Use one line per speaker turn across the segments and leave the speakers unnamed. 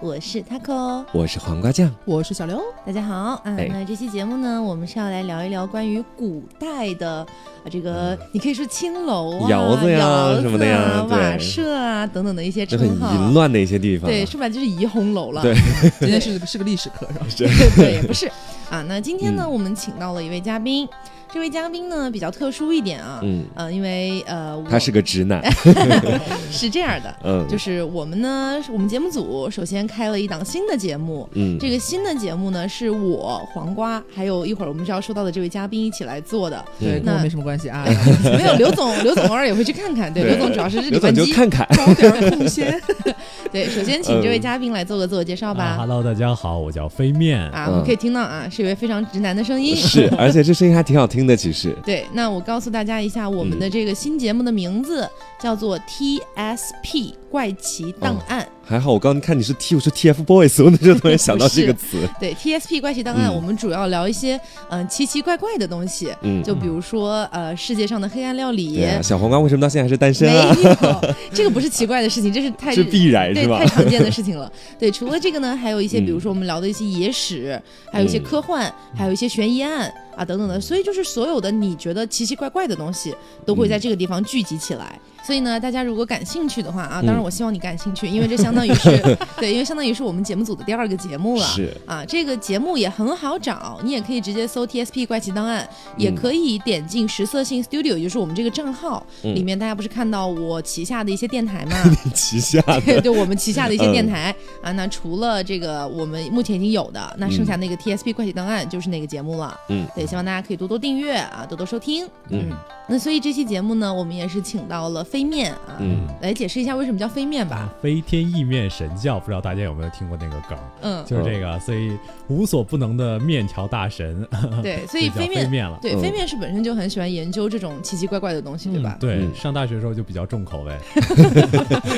我是 Taco，哦
我是黄瓜酱，
我是小刘。
大家好啊、
哎
那这期节目呢，我们是要来聊一聊关于古代的啊这个，你可以说青楼啊、
嗯窑子呀
窑
什么的
啊
呀对
瓦舍啊等等的一些
这
称
很
号。
淫乱的一些地方。啊
对，说白了就是怡红楼了。
对
今天是是个历史课是吧？
对，也不是啊。那今天呢，
嗯
我们请到了一位嘉宾，这位嘉宾呢比较特殊一点啊，
嗯，
呃，因为呃，我
他是个直男，
是这样的，
嗯，
就是我们呢，是我们节目组首先开了一档新的节目。
嗯，
这个新的节目呢，是我黄瓜，还有一会儿我们是要说到的这位嘉宾一起来做 的。
对，
嗯
跟我
那
没什么关系啊。
没有刘总，刘总偶尔也会去看看。对，
对
刘总主要是日理
刘总
万
就
机。
看看，
搞点儿 贡献，
对，首先请这位嘉宾来做个自我介绍
啊
吧。
Hello，大家好，我叫飞面。
啊，
嗯
我们可以听到啊，是一位非常直男的声音。
是， 而且这声音还挺好听的，其实。
对，那我告诉大家一下，我们的这个新节目的名字叫做 TSP 怪奇档案。
还好我刚看你是 T，我说 TFBOYS，我那时候突然想到这个 词，
对，TSP 怪奇档案，
嗯
我们主要聊一些嗯、呃奇奇怪怪的东西，
嗯，
就比如说呃世界上的黑暗料理。
对啊，小黄瓜为什么到现在还是单身
没
啊？
有，这个不是奇怪的事情，这是太
是必然
对
是吧
太？常见的事 情了。对，除了这个呢，还有一些，
嗯
比如说我们聊的一些野史，还有一些科幻，还有一些悬疑案啊等等的。所以就是所有的你觉得奇奇怪怪的东西，都会在这个地方聚集起来。
嗯
所以呢，大家如果感兴趣的话啊，当然我希望你感兴趣，因为这相当于 是对，因为相当于是我们节目组的第二个节目了。
是，
啊，这个节目也很好找，你也可以直接搜 TSP 怪奇档案，也
嗯
可以点进十色性 Studio，也就是我们这个账号、
嗯
里面，大家不是看到我旗下的一些电台吗？
旗下
对
的，
对，我们旗下的一些
嗯
电台、啊，那除了这个我们目前已经有的，那剩下那个 TSP 怪奇档案就是那个节目了。
嗯，
对，希望大家可以多多订阅啊，多多收听。
嗯
那所以这期节目呢，我们也是请到了飞面啊，
嗯，
来解释一下为什么叫飞面吧。
啊飞天意面神教，不知道大家有没有听过那个梗儿，
嗯，
就是这个，所以无所不能的面条 大神，
嗯对，所
所
以
叫
飞
飞
面。
面了。
对，
嗯
飞面是本身就很喜欢研究这种奇奇怪怪的东西，对吧
嗯？对，
嗯
上大学的时候就比较重口味，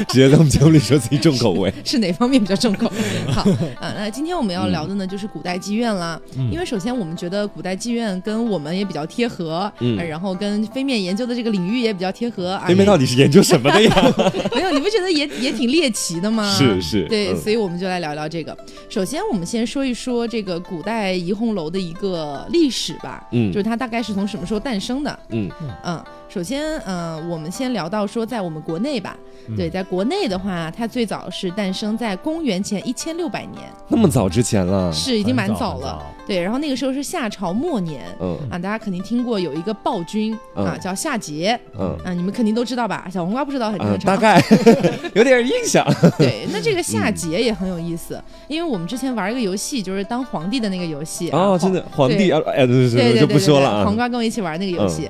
直接在我们节目里说自己重口味，
是哪方面比较重 口？好啊，那今天我们要聊的呢，就是古代妓院啦。
嗯
因为首先我们觉得古代妓院跟我们也比较贴合，
嗯
呃然后跟飞面研究的这个领域也比较贴合啊。
对面到底是研究什么的呀？
没有，你不觉得也也挺猎奇的吗？
是。是，
啊对，
嗯
所以我们就来聊聊这个。首先，我们先说一说这个古代怡红楼的一个历史吧，
嗯
就是它大概是从什么时候诞生的？
嗯
嗯，首先，呃，我们先聊到说，在我们国内吧，
嗯
对，在国内的话，它最早是诞生在公元前一千六百年，
那么早之前了，嗯
是已经蛮
哦很
早
早
了。。对，然后那个时候是夏朝末年。
嗯
啊，大家肯定听过有一个暴君、啊，
嗯
叫夏桀
嗯
啊，你们肯定都知道吧？小黄瓜不知道很正
呃
嗯，
常。
大概 有点印象，
对，那这
嗯
个夏桀也很有意思，因为我们之前玩一个游戏，就是当皇帝的那个游戏啊
哦，真。的，皇帝啊，哎，对
对对
对
对
对，
对
就不说了
对黄
啊。嗯
瓜跟我一起玩那个游戏。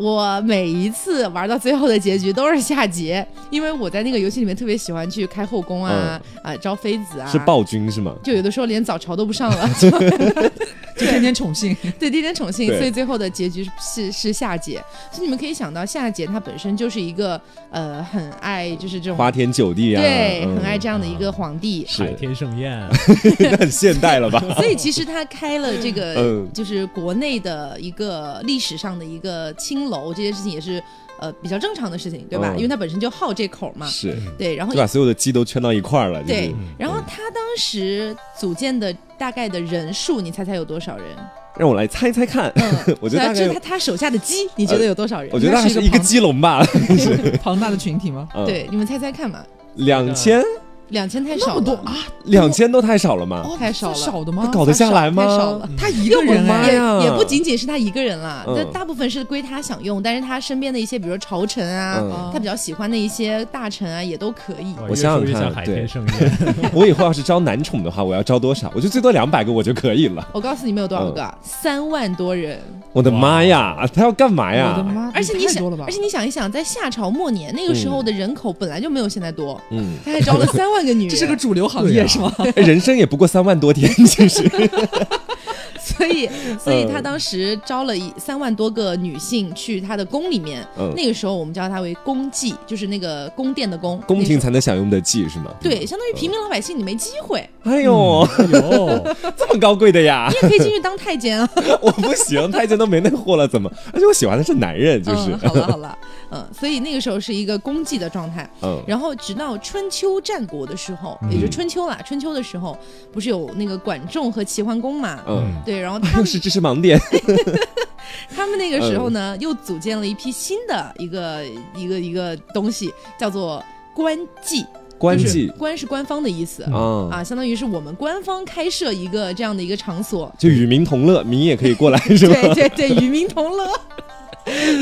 我每一次玩到最后的结局都是夏桀，因为我在那个游戏里面特别喜欢去开后宫啊、啊招妃子啊，
嗯是暴君是吗？
就有的时候连早朝都不上了，就
就天天 宠幸，
对天天宠幸，
对
所以最后的结局是是夏桀。所以你们可以想到，夏桀他本身就是一个呃很爱就是这种
花天酒地啊，
对、
嗯
很爱这样的一个皇帝，
海
是，
天盛 宴，
那很现代了吧？
所以其实他开了这个、
嗯
就是国内的一个历史上的一个青楼，这件事情也是呃比较正常的事情，对吧？
嗯
因为他本身就好这口 嘛。
是，
对，然后
就把所有的鸡都圈到一块儿了，就是
对，
嗯
然后他当时组建的大概的人数，你猜猜有多 少人？
让我来猜猜看，
嗯，
我觉得
他
大概
是
有
他，他手下的鸡，你觉得有多少人？
我觉得大概是一个鸡笼吧，
庞大的群体吗？
嗯，
对，你们猜猜看嘛，
两千
两千太
那
少
么多
了，
啊，
两千都太少了吗？
哦
太少了
少的吗？
搞得下来
太少
吗
了？
他一
因为
个
我
人
们
哎
哎呀
也也不仅仅是他一个人啦，
嗯
就大部分是归他享用，但是他身边的一些，比如说朝臣啊，
嗯，
哦
他比较喜欢的一些大臣啊，也都可以。
哇
我想想
越说越
看
像海
对
天盛 宴， 嗯
我以后要是招男宠的话，我要招多少？我就最多两百个我就可以了。
我告诉你们有多少个
哦
啊，三万多人。
我的妈
哦
呀，他要干嘛
我的
哎呀？
妈，
而且你
太
想
多了吧，
而？且你想一想，在夏朝末年那个时候的人口本来就没有现在 多，
嗯，
他还招了三万个女人，
这是个主流行
对
业
啊
是吗？
哎人生也不过三万多天，其实，
所以，
嗯
所以他当时招了一三万多个女性去他的宫里面，
嗯，
那个时候我们叫它为宫妓，就是那个宫殿的宫，
宫
那
廷
个时
才能嗯享用的技是吗？
候。对，相当于平民老百姓，你没机会，
哎呦，
有
这么高贵的呀
你！也可以进去当太监啊。
我不行，太监都没那货了，怎么？而且我喜欢的是男人，就是
嗯、好了好了，嗯，所以那个时候是一个功绩的状态。
嗯，
然后直到春秋战国的时候，
嗯
也就是春秋啦，春秋的时候不是有那个管仲和齐桓公嘛？
嗯，
对，然后
啊
他
又
们
是知识盲 点，
他们那个时候
嗯
呢，又组建了一批新的一个一个一个东西，叫做官妓。
关
就是
系
官是官方的意思、
啊，
啊，相当于是我们官方开设一个这样的一个场
，
所
就与民同乐，民也可以过来是吧？
对对对，与民同乐。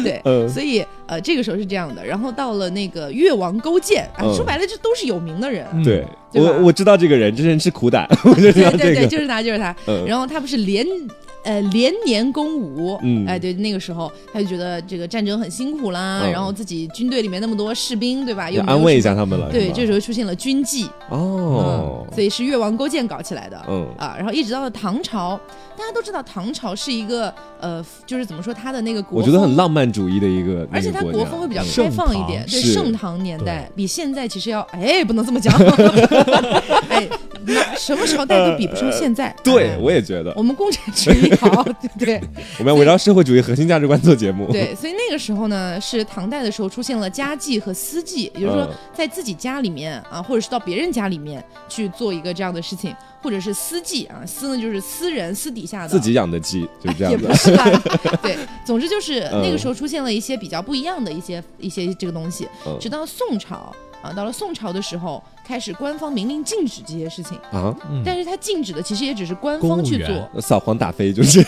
对，
嗯
所以呃，这个时候是这样的。然后到了那个越王勾践，啊，
嗯
说白了，这都是有名的人。
嗯
对，
对吧
我我知道这个人，这人吃苦胆， 我就知
对
道
对
这
对，
个，
就是他，就是他。
嗯
然后他不是连呃连年攻吴，
嗯
哎，对，那个时候他就觉得这个战争很辛苦啦，
嗯
然后自己军队里面那么多士兵，对吧？又
要
没有
安慰一
什
下
么。
他们了，
对，
是吧
这时候出现了军纪，
哦
嗯，，所以是越王勾践搞起来的。
嗯
啊，然后一直到了唐朝，大家都知道唐朝是一个呃，就是怎么说它的那个国
我觉得很
风，
浪漫主义的一个，
而且它
那个
国
家
风会比较
嗯
开放一点，对
盛唐
是
盛唐年代比现在其实要哎，不能这么 讲，哎，那什么朝代都比不上现在。
呃对，
哎
我也觉 得，
我们共产主义好，对不 对？
我们要围绕社会主义核心价值观做节目，
对，所以那个时候呢，是唐代的时候出现了家妓和私妓，也就是说
嗯
在自己家里面啊，或者是到别人家里面去做一个这样的事情，或者是私妓啊，私呢就是私人私底下的
自己养的鸡就是这样
哎也
子
不，是啦，对，总之就是
嗯
那个时候出现了一些比较不一样的一些一些这个东西，
嗯
直到宋朝啊，到了宋朝的时候，开始官方明令禁止这些事情，
啊，
嗯
但是它禁止的其实也只是官
公
方
务
去
员
做，
扫黄打非就是，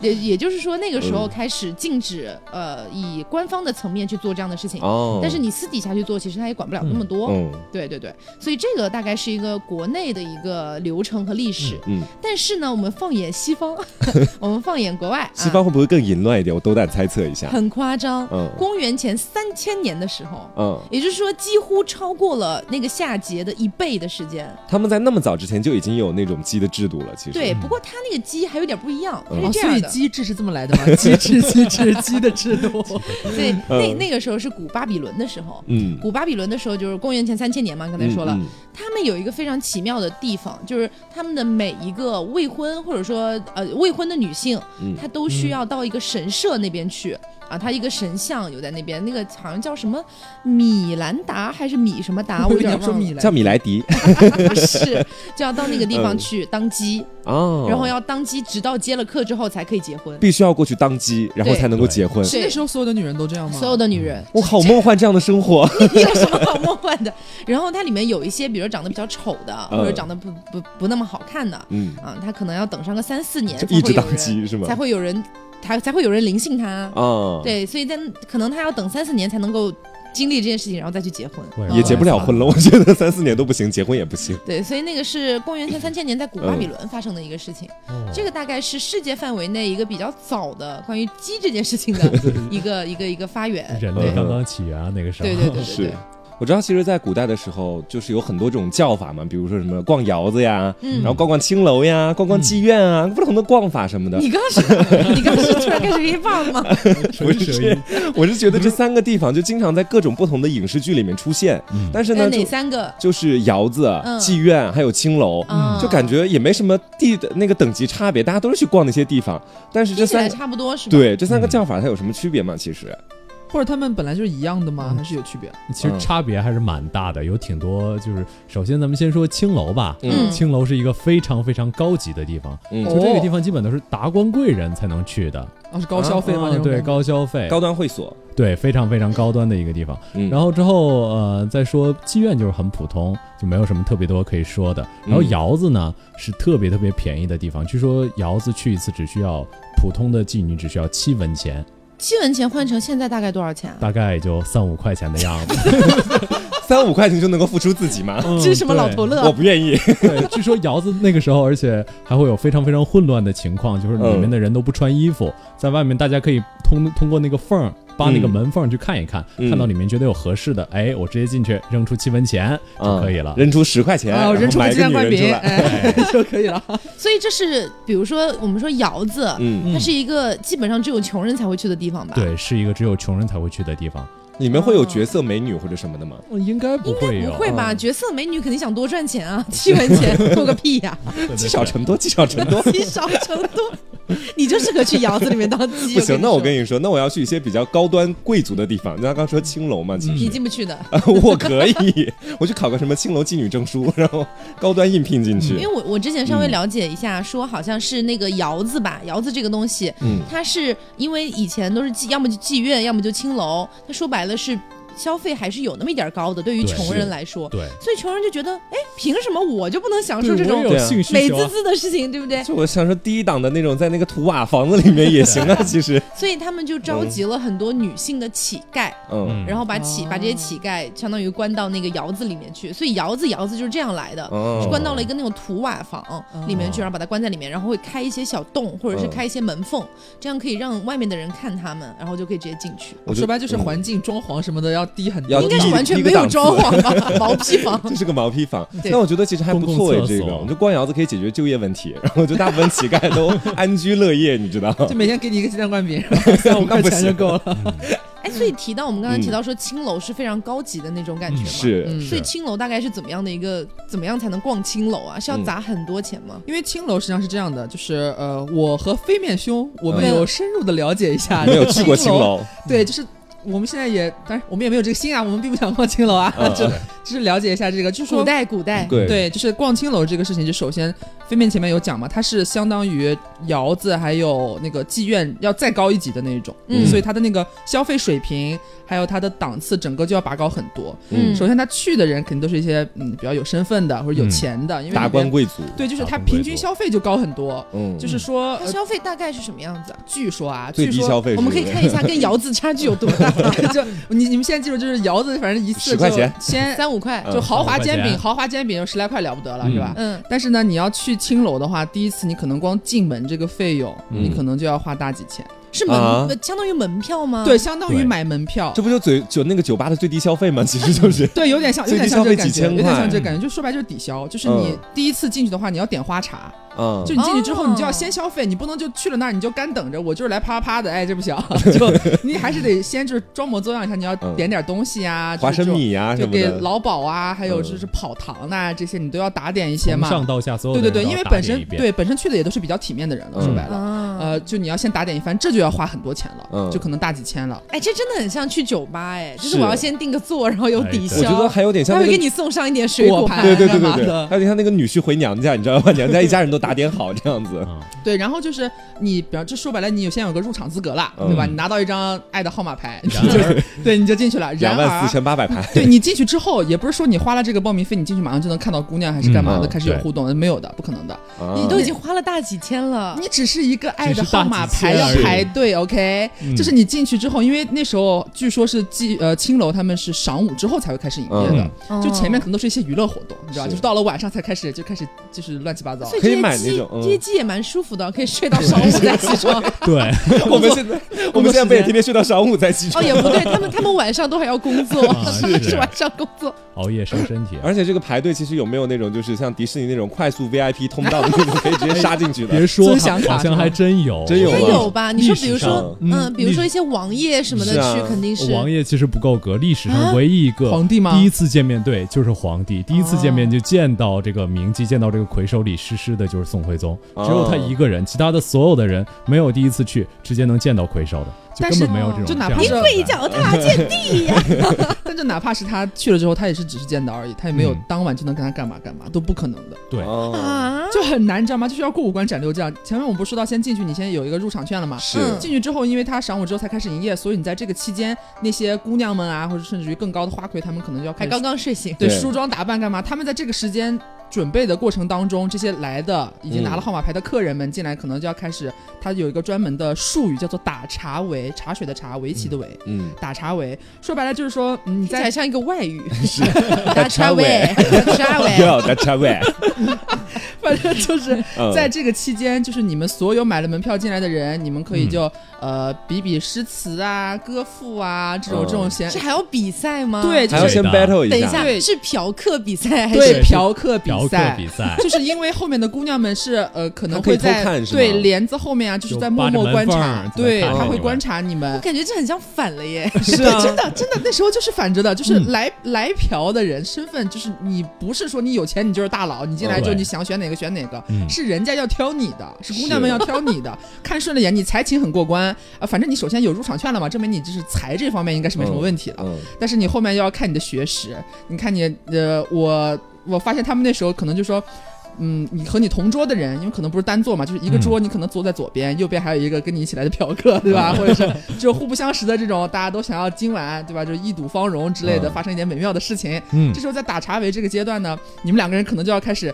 也也就是说那个时候
嗯
开始禁止呃以官方的层面去做这样的事情，
哦，
但是你私底下去做，其实他也管不了那么多，
嗯
对对对，所以这个大概是一个国内的一个流程和历史，
嗯，
但是呢，我们放眼西 方，我们放眼国外，
西
啊
方会不会更淫乱一点？我斗胆猜测一下，
很夸张。
嗯
公元前三千年的时候，
嗯，
也就是说几乎超过了那个夏桀的一倍的时间。
他们在那么早之前就已经有那种鸡的制度了，其实，
对，不过他那个鸡还有点不一样，它
嗯
是
哦，
这
所
样
以
的。
机制是这么来的吗？机制，机制，鸡的制度。
所以那
嗯
那个时候是古巴比伦的时候。
嗯，
古巴比伦的时候就是公元前三千年嘛，刚才说了，
嗯，嗯
他们有一个非常奇妙的地方，就是他们的每一个未婚或者说呃未婚的女性，
嗯
她都需要到一个神社那边去、啊，她一个神像有在那边，那个好像叫什么米兰达还是米什么 达，我有
一定
点
要说
忘了
米，
叫
兰，
米莱迪
不是就要到那个地方
嗯
去当鸡，
哦，
然后要当鸡，直到接了课之后才可以结婚。
必须要过去当鸡，然后
对
才能够结婚。
是那时候所有的女人都这样吗？
所有的女人，
我好梦幻这样的生活，
你有什么好梦幻的？然后它里面有一些，比如长得比较丑的，
嗯
或者长得不不不那么好看的，
嗯，
啊，他可能要等上个三四年
就
才
一
会
直
有
当
人，
鸡是吗
才？会有人，才才会有人灵性他。
啊，，
对，所以在可能他要等三四年才能够经历这件事情，然后再去结婚
对，啊
也
嗯
结不了婚了。我觉得三四年都不行，结婚也不行。
对，所以那个是公元前三千年在古巴比
嗯
伦发生的一个事情，
哦
这个大概是世界范围内一个比较早的关于鸡这件事情的 一个一个一个发源。
人
嗯
类刚刚起源啊，那个时候
对对对对
是
对，
我知道，其实，在古代的时候，就是有很多这种叫法嘛，比如说什么逛窑子呀，
嗯
然后逛逛青楼呀，逛逛妓院啊，不是很多逛法什么的。
你刚是， 你刚是突然开始 hiphop 了吗？
不是蛇音
我是觉得这三个地方就经常在各种不同的影视剧里面出现，
嗯
但是
呃
呢，
哪
就
三个？
就是窑子、啊
嗯
妓院还有青楼，
啊
就感觉也没什么地的那个等级差别，大家都是去逛那些地方。但是这
听起来
三个
差不多是吧？
对这三个叫法它有什么区别吗？其实，
或者他们本来就是一样的
嗯
吗？还是有区别？
其实差别还是蛮大的，有挺多。就是首先咱们先说青楼吧，
嗯
青楼是一个非常非常高级的地方，
嗯
哦
就这个地方基本都是达官贵人才能去的，
啊，是高消费
哦
吗？
啊
那种
对
感觉
高消费，
哎高端会所，
对非常非常高端的一个地方。
嗯，
然后之后呃再说妓院就是很普通，就没有什么特别多可以说的。然后
嗯
窑子呢是特别特别便宜的地方，据说窑子去一次只需要普通的妓女只需要七文钱，
七文钱换成现在大概多少钱啊？
大概也就三五块钱的样 子。
三五块钱就能够付出自己吗？
嗯
这是什么老
对
头乐？啊
我不愿意。
对，据说窑子那个时候，而且还会有非常非常混乱的情况，就是里
嗯
面的人都不穿衣服，在外面大家可以通通过那个缝儿扒那个
嗯
门缝儿去看一看，
嗯
看到里面觉得有合适的，哎，我直接进去扔出七文钱
嗯
就可以了。
扔出十块钱，
啊，
然后
扔出
买
个
一
鸡蛋
女
灌
人出
饼，
来。
哎， 就可以了。
所以这是，比如说我们说窑子，
嗯，
它是一个基本上只有穷人才会去的地方吧？，
对，是一个只有穷人才会去的地方，
里面会有角色美女或者什么的吗？
嗯应该不会有，
不会吧？
嗯
角色美女肯定想多 赚钱啊，七文钱多个屁呀、
对对对
积少成多，积少成多。
积少成多。你就适合去窑子里面当鸡。
不行，那我跟
你
你说，那我要去一些比较高端贵族的地方。那他刚说青楼嘛，其
说
实
你、进不去的，
嗯
我可以，我去考个什么青楼妓女证书，然后高端应聘进
因为
去。
我我之前
嗯
稍微了解一下，说好像是那个窑子吧，窑子这个东西，
嗯，
它是因为以前都是妓，要么就妓院，要么就青楼，它说白了是消费还是有那么一点儿高的，对于
对
穷人
是
来说，
对，
所以穷人就觉得，哎，凭什么我就不能享
对
受啊这种
我也有性需
美
求
滋
啊，
滋的事情，对不对？
就我想说，低档的那种，在那个土瓦房子里面也行 啊，其实，
所以他们就召集了很多女性的乞丐，
嗯
嗯
然后把乞把这些乞丐相当于关到那个窑子里面去，所以窑子窑子就是这样来的。
哦
是关到了一个那种土瓦房里面去，
哦
然后把它关在里面，然后会开一些小洞，或者是
嗯
开一些门缝，这样可以让外面的人看他们，然后就可以直接进去。
我嗯
说白就是环境、装潢什么的要低很多
要
应
低
嘛，
该是完全没有装潢吧，毛坯 房。
这是个毛坯房，
对
那我觉得其实还不错哎
公，共厕
这
所
个，我觉得光窑子可以解决就业问题，然后就大部分乞丐都安居乐业，你知道？
就每天给你一个鸡蛋灌 饼，然后三五
那
块
不
钱就
行
够 了。
哎，所以提到我们刚才提到说青楼是非常高级的那种感觉嘛，
是，
嗯
所以青楼大概是怎么样的一个，怎么样才能逛青楼啊？是要砸很多钱吗？
因为青楼实际上是这样的，就是呃，我和飞面兄我们
嗯
有深入的了解一下，
没有去过青
楼，
楼，
对，就是我们现在也，当然我们也没有这个心啊，我们并不想逛青楼啊，
嗯
就就是了解一下这个，就是
古
说。
代古代，
对，
嗯对，就是逛青楼这个事情，就首先飞面前面有讲嘛，它是相当于窑子还有那个妓院要再高一级的那一种，
嗯
所以它的那个消费水平还有它的档次，整个就要拔高很多。
嗯
首先，他去的人肯定都是一些嗯比较有身份的或者有钱的，因为
嗯达
里
官
面
贵族，
对，就是
达
他
官贵
平均
族
消费就高很多。
嗯，
就是说，
它
呃
消费大概是什么样子啊？
据说啊，
最
据
低
说
消费
我们可以看一下跟窑子差距有多 大，
就你你们现在记住，就是窑子，反正一次
10块钱
就先
三五块，
嗯
就豪华煎
10块
饼，
钱
豪华煎饼有十来块了不得了，
嗯
是吧？
嗯，
但是呢，你要去青楼的话，第一次你可能光进门这个费用，
嗯
你可能就要花大几千，
是门、
啊
呃相当于门票吗？啊
对，，相当于
对
买门票
这，不就嘴就那个酒吧的最低消费吗？其实就是，
对，有点像，有
最低
点像
消
这
费
个感
几
觉，
千
有点像
块
这个感觉，就说白就是抵消，就是你
嗯
第一次进去的话，你要点花茶，
嗯，
就你进去之后，你就要
哦
先消费，你不能就去了那儿你就干等着，我就是来啪啪啪的，哎，这 不行，就你还是得先就是装模作样一下，你要
嗯
点点东西啊，就是
花生
这种
米呀什
就
么
给
的，
劳保啊，还有就
嗯
是跑堂呐、这些，你都要打点一些
从
嘛。
上到下所有
对
的
对对，
人都
因为
要打
本
点
身
一遍
对本身去的也都是比较体面的人了，说
嗯
白了，
啊，
呃，就你要先打点一番，这就要花很多钱了，
嗯
就可能大几千了。
哎，这真的很像去酒吧，哎，就是
是哎
我要先订个座，然后有抵消，
我觉得还有点像
他
那
会
个
给你送上一点水
果
果
盘
盘，啊
对对对
干嘛
对对，
的
还有点像那个女婿回娘家，你知道吗？娘家一家人都打点好这样子，
啊，
对，然后就是你，比方这说白了，你有先有个入场资格啦，
嗯
对吧？你拿到一张爱的号码牌，
然而
对，你就进去了。
两
然
万
而
四，千八百盘，
对你进去之后，也不是说你花了这个报名费，你进去马上就能看到姑娘还是干嘛的，
嗯
开始有
对
互动，没有的，不可能的。
啊
你都已经花了大几千了，
你只是一个爱的
只是大
号码
几
牌
千
要
而已
排队，OK？
嗯
就是你进去之后，因为那时候据说是记呃青楼他们是晌午之后才会开始营业的
嗯，
就前面可
哦。
能都是一些娱乐活动，你知道吧，
是
就是到了晚上才开始就开始就是乱七八糟
所。以
可以
这些
买那
鸡
种嗯
这些鸡也蛮舒服的，可以睡 到晌午再起床。
对，
我们现在我们现在不也天天睡到晌午才起
哦，
床？
也不对，他们他们晚上都还要工作，
啊
他们
是
是晚上工作。
熬夜伤身体啊，
而且这个排队其实有没有那种就是像迪士尼那种快速 VIP 通道的那种，可以直接杀进去的？
别说
尊享卡
好好
是吗
像还真有，
真有啊
他
吗
有吧？你说，
历史
比如说
上，
嗯，
嗯
比如说
历
一些王爷什么的
是啊
去，肯定是
王爷其实不够格，历史
啊
上唯一一个
皇帝吗
第一次见面对就是皇帝，第一次见面就见到这个明记，见到这个魁首里实施的就是宋徽宗，
哦
只有他一个人，其他的所有的人没有第一次去直接能见到魁首的，就
但
根
是
本没有这种。
就哪怕
这样的
是
安排
一 脚踏见地呀。
但就哪怕是他去了之后，他也是只是见到而已，他也没有
嗯
当晚就能跟他干嘛干嘛，都不可能的。
对
哦，
啊，
就很难，你知道吗？就是要过五关斩六将。前面我们不是说到先进去，你先有一个入场券了吗？
是
嗯
进去之后，因为他晌午之后才开始营业，所以你在这个期间，那些姑娘们啊，或者甚至于更高的花魁，他们可能就要开
还
始
刚刚睡醒。
对
对
梳妆打扮干嘛？他们在这个时间准备的过程当中，这些来的已经拿了号码牌的客人们进来，可能就要开始，他有一个专门的术语叫做打茶围，茶水的茶，围棋的围。
嗯，
打茶围，说白了就是说，嗯你
听起来
在
像一个外语，
是
打叉位，打 叉 位，
要 that's right，
反正就是
嗯
在这个期间，就是你们所有买了门票进来的人，你们可以就、呃比比诗词啊、歌赋啊这种、
嗯
这种闲
这还要比赛吗？
对，就
还要
是
先 battle
等一
下
下
对
是嫖客比赛还是
对
是
嫖客比比
嫖客
赛
比。赛，
就是因为后面的姑娘们是呃，可能
她可以
会在
偷看是吗
对帘子后面啊，就是
就
在默
扒着
默
门
观
缝
察
儿，
对，
在看
她
着
会
你
观
们
察你们
我。感觉这很像反了耶，
是
对，
啊，
真的真的，那时候就是反着的，就是
嗯
来、来嫖的人身份，就是你不是说你有钱你就是大佬，你进来
对
就你想选哪个选哪个，
嗯
是人家要挑你的，是姑娘
是
们要挑你的， 看顺了眼，你才情很过关啊、反正你首先有入场券了嘛，证明你就是财这方面应该是没什
哦
么问题了。
嗯，
但是你后面又要看你的学识，你看你呃，我我发现他们那时候可能就说。嗯，你和你同桌的人，因为可能不是单坐嘛，就是一
嗯
个桌，你可能坐在左边，右边还有一个跟你一起来的嫖客，对
嗯
吧？或者是 就互不相识的这种，大家都想要今晚，对吧？就一睹芳容之类的，
嗯
发生一点美妙的事情。
嗯
这时候在打茶围这个阶段呢，你们两个人可能就要开始。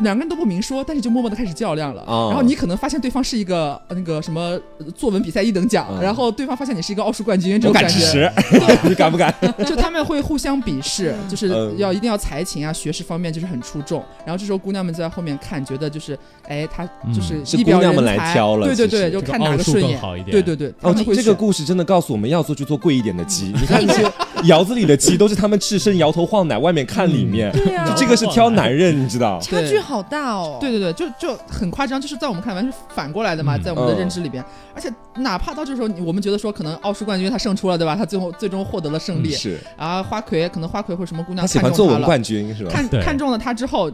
两个人都不明说，但是就默默的开始较量了。
哦
然后你可能发现对方是一个呃那个什么呃作文比赛一等奖，
嗯
然后对方发现你是一个奥数冠军，这
我
种感
敢
觉。
吃屎， 你敢不敢？
就他们会互相鄙视，就是
嗯
要一定要才情啊、学识方面就是很出众。然后这时候姑娘们就在后面看，觉得就是哎，他就是
是
一表
姑娘们
人
来
才
挑了
对对
其实
对，就
嗯这个
看哪
奥
个
数
顺
更
眼。
好一点
对对对，他
哦，
们会
这这个
选嗯
故事真的告诉我们要做就做贵一点的鸡。你看那些窑子里的鸡都是他们赤身摇头晃脑，外面看里面，
对
嗯
呀、
就这个是挑男人，你知 道？
差距好大哦。
啊对对对，就就很夸张，就是在我们看完全是反过来的嘛，
嗯
在我们的
嗯
认知里边。而且哪怕到这时候，你我们觉得说可能奥数冠军他胜出了，对吧？他最后最终获得了胜利。
是
啊，花魁可能花魁或者什么姑娘
嗯他喜
看
欢作
中他
文
了，
冠军是吧？
看
对
看中了他之后，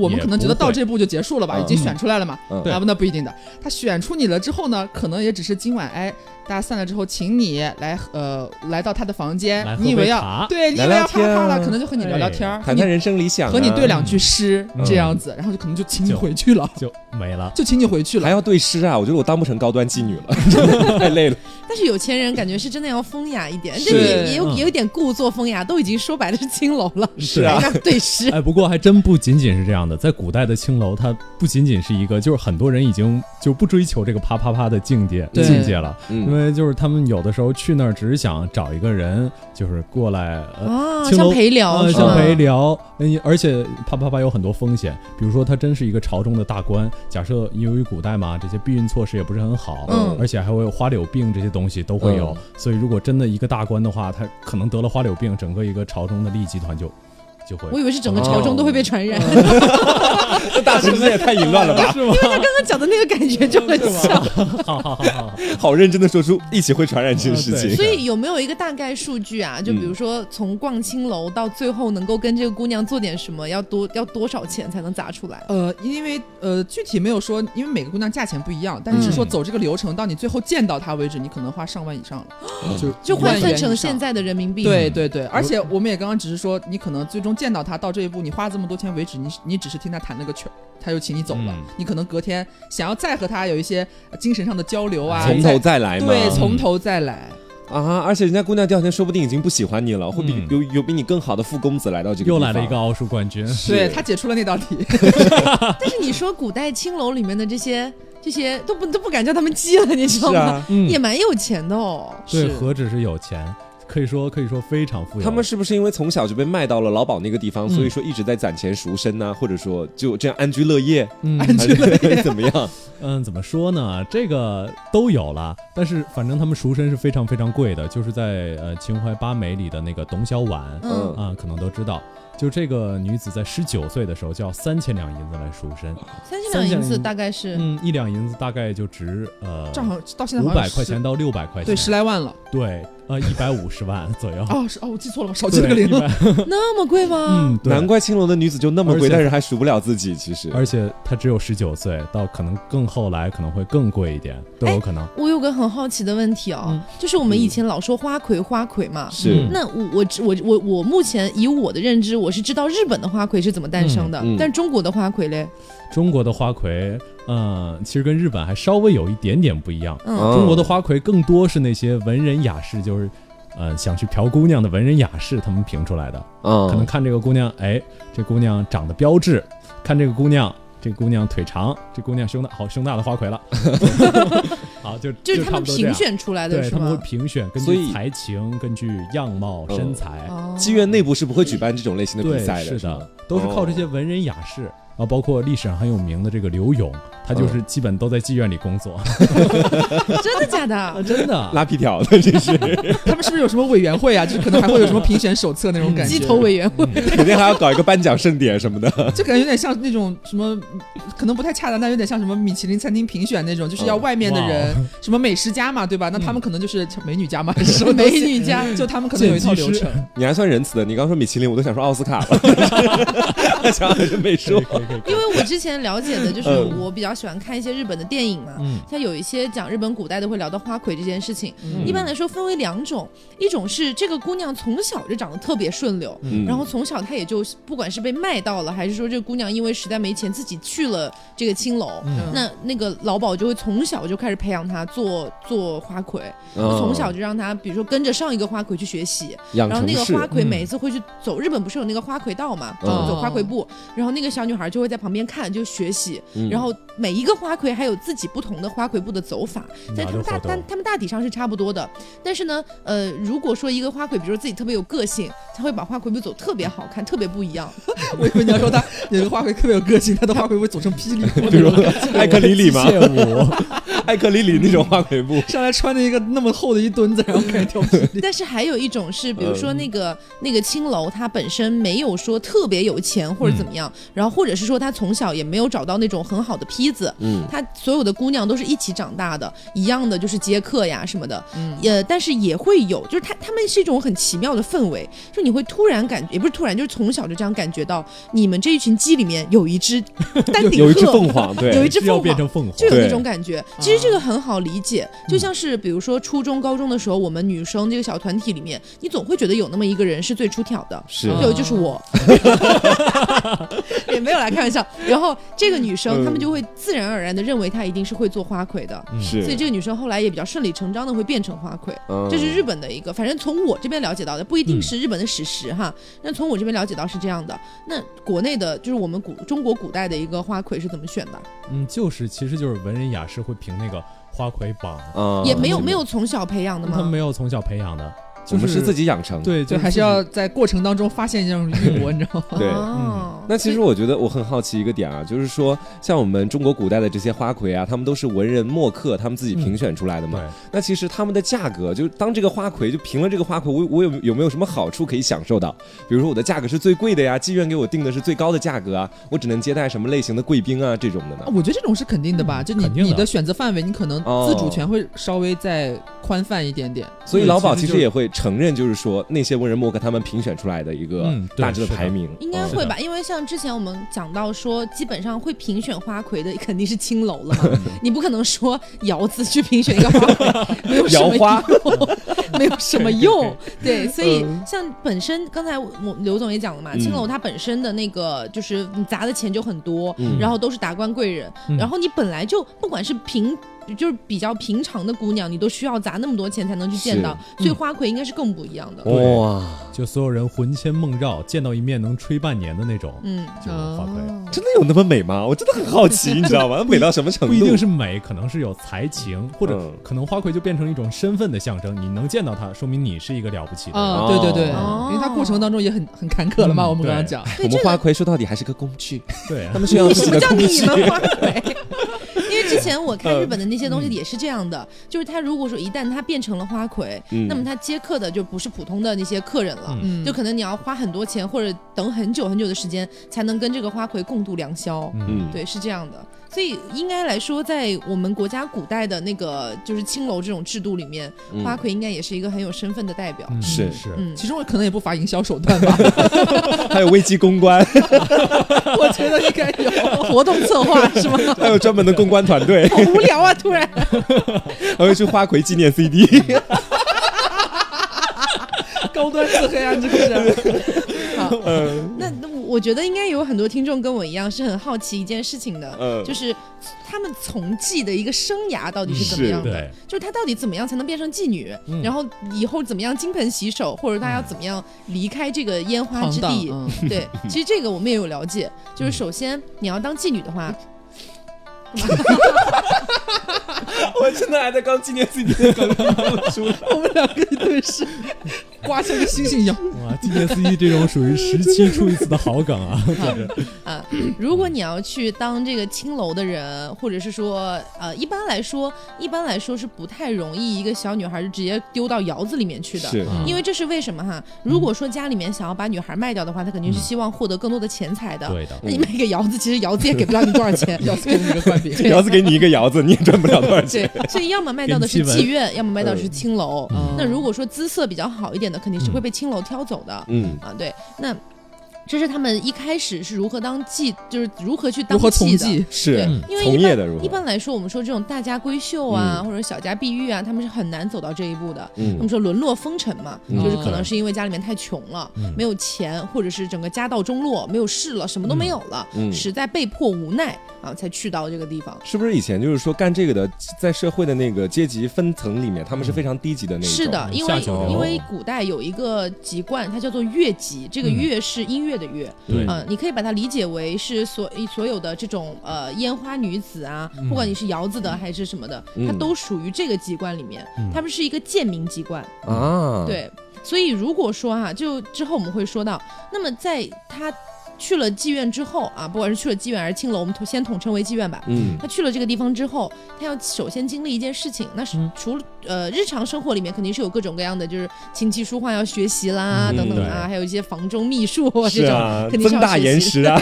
我们可能觉得
也不会
到这步就结束了吧，
嗯
已经选出来了嘛。
嗯
啊，那不一定的。他选出你了之后呢，可能也只是今晚，哎，大家散了之后，请你来，呃，来到他的房间
来，喝
你以为
杯
要
茶
对，你以
聊
为
聊
要啪
天
啪了，
啊
可能就和你聊聊
哎
天儿，和
谈
你
谈人生理想啊，
和你对两句诗
嗯
这样子，然后就可能就请你回去了，
就没了。
就请你回去
还
了。
要对诗啊，我觉得我当不成高端妓 女了，太累了。
但是有钱人感觉是真的要风雅一点，
是
这也也有
嗯
也有点故作风雅，都已经说白了是青楼了，
是 啊
还在对诗。
哎，不过还真不仅仅是这样的，在古代的青楼，它不仅仅是一个，就是很多人已经就不追求这个啪啪啪的境界
对
境界了，因
嗯，
为就是他们有的时候去那儿只是想找一个人，就是过来呃
哦，
青楼
像陪聊
啊，
是
像
吗？
陪聊，嗯，而且啪啪啪有很多风险，比如说他真是一个朝中的大官，假设由于古代嘛，这些避孕措施也不是很好，
嗯
而且还会有花柳病这些东西都会有，
嗯
所以如果真的一个大官的话，他可能得了花柳病，整个一个朝中的利益集团就就会
我以为是整个朝中都会被传染，因
这大城市也太淫乱了 吧！
是吗？
为他刚刚讲的那个感觉就很像。
好好好好好，
好认真的说出一起会传染这件事
嗯对
情。
所以有没有一个大概数据啊？就比如说从逛青楼到最后能够跟这个姑娘做点什么，要多要多少钱才能砸出来？
呃，因为呃，具体没有说，因为每个姑娘价钱不一样，但是说
嗯
走这个流程到你最后见到她为止，你可能花上万以上了，
嗯
就
就换算成现
在。
在的人民币，
对对对，而且我们也刚刚只是说，你可能最终见到他到这一步，你花这么多钱为止，你你只是听他弹了个曲儿，他就请你走了。
嗯
你可能隔天想要再和他有一些呃精神上的交流 啊，
从
再
头再来嘛，嗯
对，从头再来。
啊！而且人家姑娘第二天说不定已经不喜欢你了，会比
嗯
有有比你更好的傅公子来到这个地
又
方
来了一个，奥数冠军，
是
对他解出了那道题，
但是你说古代青楼里面的这些这些都不都不敢叫他们鸡了，你知道
是
吗？
啊，
嗯
也，蛮有钱的哦。
对，
是
何止是有钱，可以说可以说非常富有，
他们是不是因为从小就被卖到了老鸨那个地方，
嗯
所以说一直在攒钱赎身呢、啊或者说就这样 安居乐业，
嗯
安居乐
业怎么 样？
嗯，怎么说呢？这个都有了，但是反正他们赎身是非常非常贵的，就是在呃《秦淮八美》里的那个董小宛啊、
嗯，
可能都知道，就这个女子在十九岁的时候就要三千两银子来赎身，
三千
三
两
千
银子
两
大概是，
嗯，一两银子大概就值呃
正好到现在
五
好像
百
是
块钱，到六百块钱，
对，十来万了。
对，呃，一百五十万左右。
哦，是哦，我记错了吗？少记了个
对，
零
一。百，
那么贵吗？
嗯，对
难。怪青楼的女子就那么
而
贵，
且
但是还赎不了自己。其实，
而且她只有十九岁，到可能更后来可能会更贵一点，都
哎
有可能。
我有个很好奇的问题哦，
嗯
就是我们以前老说花魁花魁嘛，
是
嗯
那我我我我我目前以我的认知，我是知道日本的花魁是怎么诞生的，
嗯嗯
但中国的花魁嘞，
中国的花魁，嗯，其实跟日本还稍微有一点点不一样。
嗯，
哦
中国的花魁更多是那些文人雅士，就是，呃，想去嫖姑娘的文人雅士，他们评出来的。
嗯，
可能看这个姑娘，哎，这姑娘长得标致，看这个姑娘，这姑娘腿长，这姑娘胸大，好胸大的花 魁了。好，就
就是他
差
们
不多这
评
样。
选出来的
对
是
他们会
吗？
评选，根
所
据
以
才情，根据样貌、
嗯
身材，
哦
妓院内部是不会举办这种类型的
对，
比赛
是
的吗哦
的，都是靠这些文人雅士。后包括历史上很有名的这个刘勇，他
哦
就是基本都在妓院里工作，
真的假
啊，
的？
真的。
拉皮条的 这是，
他们是不是有什么委员会啊？就是可能还会有什么评选手册那种感觉，
鸡头委员 会，
肯定还要搞一个颁奖盛典什么的。
就感觉有点像那种什么，可能不太恰当，但有点像什么米其林餐厅评选那种，就是
嗯
要外面
哦
的 人，什么美食家嘛，对吧？那他们可能就是美女家嘛，还是什么东
美
西
女家，
就他们可能有一套流
剪
程。
你还算仁慈的，你刚说米其林，我都想说奥斯卡 了，想还是没
可
说
以。可以可以可以
因为我之前了解的就是
嗯
我比较喜欢看一些日本的电影嘛，
嗯
它有一些讲日本古代的会聊到花魁这件事情。
嗯
一般来说分为两种，一种是这个姑娘从小就长得特别顺溜，
嗯
然后从小她也就不管是被卖到了，还是说这个姑娘因为实在没钱自己去了这个青楼，
嗯
那那个老鸨就会从小就开始培养她做做花魁，
嗯
从小就让她比如说跟着上一个花魁去学习，
养
然后
成
那个
式
花魁
嗯
每一次会去走日本，不是有那个花魁道嘛，
嗯
走花魁步，然后那个小女孩就会在旁边看，就学习，
嗯
然后每一个花魁还有自己不同的花魁步的走法，
嗯
在他们大
哪个活动
但他们大体上是差不多的，但是呢，呃，如果说一个花魁，比如说自己特别有个性，他会把花魁步走特别好看，特别不一样，
我以为你要说他有个花魁特别有个性，他的花魁会走成霹雳舞
比如艾克里里 嘛
机，械舞，
艾克里里那种花魁步，
上来穿着一个那么厚的一墩子，然后开始跳 霹雳。
但是还有一种是，比如说
嗯
那个、那个青楼，它本身没有说特别有钱或者怎么
嗯
样，然后或者是说他从小也没有找到那种很好的坯子，
嗯，
她所有的姑娘都是一起长大的，一样的就是接客呀什么的，
嗯
也但是也会有，就是她她们是一种很奇妙的氛围，就你会突然感也不是突然，就是从小就这样感觉到，你们这一群鸡里面有一只 丹顶
有一只
鹤
凤 凰，对，
有一只
是要
凤
变
凰
成凤凰，
就有那
对
种感觉。其实这个很好理解，就
嗯
像是比如说初中、高中的时候，我们女生这个小团体里面，你总会觉得有那么一个人是最出挑的。
是
嗯
有就是我， 也没有来开玩笑。然后这个女生，
嗯
她们就会自然而然的认为她一定是会做花魁的，
嗯
是，
所以这个女生后来也比较顺理成章的会变成花魁。
嗯
这是日本的一个，反正从我这边了解到的，不一定
嗯
是日本的史实哈。那从我这边了解到是这样的。那国内的，就是我们古中国古代的一个花魁是怎么选的？
嗯，就是其实就是文人雅士会评那个花魁榜，
嗯
也没有没有从小培养的
他们
吗哦
没？有从小培养的，
我
就
们是自
己
己养成。
对，
就还是
自己
要在过程当中发现这种 韵魔，你知道吗？
对
哦
那其实
所以
我觉得我很好奇一个点啊，就是说像我们中国古代的这些花魁啊，他们都是文人墨客他们自己
嗯
评选出来的嘛。
对。
那其实他们的价格，就当这个花魁就评了这个花魁，我我有有没有什么好处可以享受到？比如说我的价格是最贵的呀，妓院给我定的是最高的价格啊，我只能接待什么类型的贵宾啊这种的
哦
呢？
我觉得这种是肯定的吧，就你
肯定的
你的选择范围，你可能
哦
自主权会稍微再宽泛一点点。
所以老鸨其
其实
实
就
也会承认，就是说那些文人墨客他们评选出来的一个
嗯对
大致的排名，嗯
应该
是
会
的
吧，因为像之前我们讲到说，基本上会评选花魁的肯定是青楼了嘛，你不可能说窑子去评选一个花魁，没有什么
摇花
用， 没有什么用。对，所以
嗯
像本身刚才我刘总也讲了嘛，
嗯
青楼它本身的那个就是你砸的钱就很多，
嗯
然后都是达官贵人，
嗯
然后你本来就不管是平。就是比较平常的姑娘，你都需要砸那么多钱才能去见到，
是
所以花魁应该是更不一样的。
对
哇，
就所有人魂牵梦绕，见到一面能吹半年的那种，
嗯，
就是花魁。
真的有那么美吗？我真的很好 奇，你知道吗？美到什么程度？
不一定是美，可能是有才情，或者
嗯
可能花魁就变成一种身份的象征。你能见到他，说明你是一个了不起的人。
啊，对对对，
哦
因为它过程当中也很很坎坷了嘛，
嗯
我们刚刚讲。
对
我
这
们
个
花魁说到底还是个工 具，
对啊，
他们需要自
什
己
么
的
叫
工
你
具。
们花魁？ 因为之前我看日本的那些东西也是这样的，就是他如果说一旦他变成了花魁，
嗯
那么他接客的就不是普通的那些客人了，
嗯
就可能你要花很多钱或者等很久很久的时间才能跟这个花魁共度良宵。
嗯，
对，是这样的，所以应该来说，在我们国家古代的那个就是青楼这种制度里面，
嗯
花魁应该也是一个很有身份的代表。
嗯
是
是，
嗯，
其中可能也不乏营销手段吧，
还有危机公关，
我觉得应该有。
活动策划是吗？
还有专门的公关团队，
好无聊啊！突然，
还会去花魁纪念 CD。
高端自黑啊暗之故 事。
那那我我觉得应该有很多听众跟我一样是很好奇一件事情的，
嗯
就是他们从妓的一个生涯到底是怎么样的？
对，
就是她到底怎么样才能变成妓女，
嗯
然后以后怎么样金盆洗手，或者她要怎么样离开这个烟花之地？
嗯
对，其实这个我们也有了解，就是首先你要当妓女的话，
嗯我真的还在刚纪念 CD 的刚刚出来，
我们两个一对视，刮像个星星一样。
哇，今年司机这种属于十七出一次的好梗 啊！
啊，如果你要去当这个青楼的人，或者是说，呃，一般来说，一般来说是不太容易一个小女孩就直接丢到窑子里面去的。
是
啊
嗯因为这 是为什么哈？如果说家里面想要把女孩卖掉的话，他肯定是希望获得更多的钱财的。
对的，
那你卖给窑子，其实窑子也给不了你多少 钱。
要给你一个灌饼，
窑子给你一个窑子，你也赚不了多少钱。
对，所以要么卖到的是
给你气
妓院，要么卖到的是青楼。
嗯
那如果说姿色比较好一点的，肯定是会被青楼挑走的。
嗯，
啊，对，那这是他们一开始是如何当妓，就是如何去当
如何从
妓的。
妓？
是
嗯
因为
从
一
业
般
的如何
一般来说，我们说这种大家闺秀啊，或者小家碧玉啊，他们是很难走到这一步的。他
嗯
们说沦落风尘嘛，
嗯
就是可能是因为家里面太穷了，没有钱，或者是整个家道中落，没有势了，什么都没有了，
嗯，
实在被迫无奈啊，才去到这个地方。
是不是以前就是说干这个的，在社会的那个阶级分层里面，他们是非常低级的那一种。
嗯是的，因
下
为
九流
因为古代有一个籍贯，它叫做乐籍，这个
嗯
乐是音乐的乐，
对，
嗯，你可以把它理解为是所所有的这种呃烟花女子啊，
嗯
不管你是窑子的还是什么的，
嗯
它都属于这个籍贯里面
嗯，
他们是一个贱民籍贯，
啊，，
对。所以如果说哈、就之后我们会说到，那么在他去了妓院之后啊，不管是去了妓院还是青楼，我们统先统称为妓院吧。
嗯
他去了这个地方之后，他要首先经历一件事情，那是
嗯
除了、呃日常生活里面肯定是有各种各样的，就是琴棋书画要学习啦，
嗯
等等啊，
对
还有一些房中秘术啊
是
这种。
啊，
肯定是
增
要
大
学
岩
习
石 啊，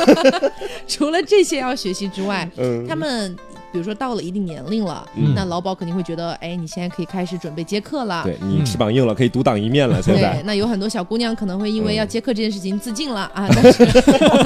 除了这些要学习之外，
嗯，
他们比如说到了一定年龄了，
嗯
那老鸨肯定会觉得，哎，你现在可以开始准备接客了。
对你翅膀硬了，可以独当一面了。现在
对，那有很多小姑娘可能会因为
嗯
要接客这件事情自尽了 啊，但是，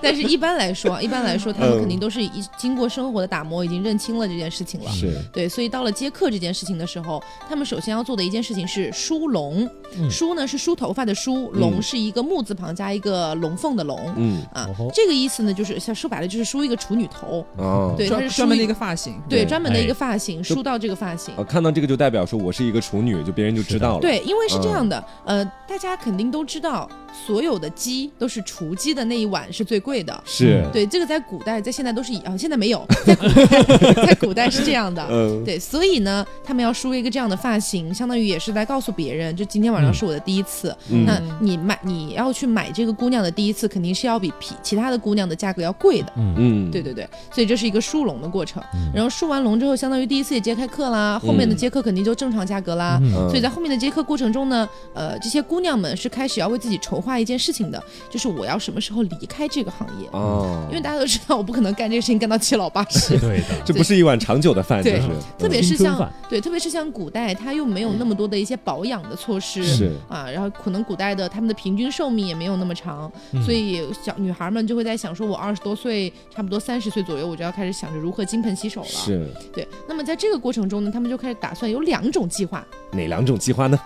但是一般来说，啊一般来说，他们
嗯
肯定都是已经过生活的打磨，已经认清了这件事情了。
是
对，所以到了接客这件事情的时候，他们首先要做的一件事情是梳笼。
嗯
梳呢是梳头发的梳，
嗯
笼是一个木字旁加一个龙凤的龙。
嗯
啊
哦吼，
这个意思呢，就是像说白了就是梳一个处女头，
哦，
对，它
专
是
专门的一
个
个发型，
对
对
专门的一个
哎
发型，梳到这个发型
啊，。看到这个就代表说我是一个处女，就别人就知道了。，嗯
对，因为是这样的，呃，大家肯定都知道，所有的鸡都是雏鸡的那一碗是最贵的。
是，
嗯对，这个在古代，在现在都是一啊，现在没有， 在古代， 在古代是这样的。
嗯，
对，所以呢，他们要梳一个这样的发型，相当于也是在告诉别人，就今天晚上是我的第一次。
嗯
那你买，你要去买这个姑娘的第一次，肯定是要比其其他的姑娘的价格要贵的。
嗯
嗯，
对对对，所以这是一个梳笼的过程。
嗯
然后梳完笼之后，相当于第一次也接开课啦，后面的
嗯
接客肯定就正常价格啦。
嗯，
嗯，
所以在后面的接客过程中呢，呃，这些姑娘们是开始要为自己筹划一件事情的，就是我要什么时候离开这个行业，
哦，
因为大家都知道我不可能干这个事 情干到七老八十
对的，
这不是一碗长久的饭，就
对
是
特别
嗯
是
青春
像
饭
对，特别是像古代，它又没有那么多的一些保养的措施。
嗯是
啊，然后可能古代的他们的平均寿命也没有那么长，
嗯
所以小女孩们就会在想说，我二十多岁，差不多三十岁左右，我就要开始想着如何金盆洗手了。
是
对，那么在这个过程中呢，他们就开始打算有两种计划，
哪两种计划呢？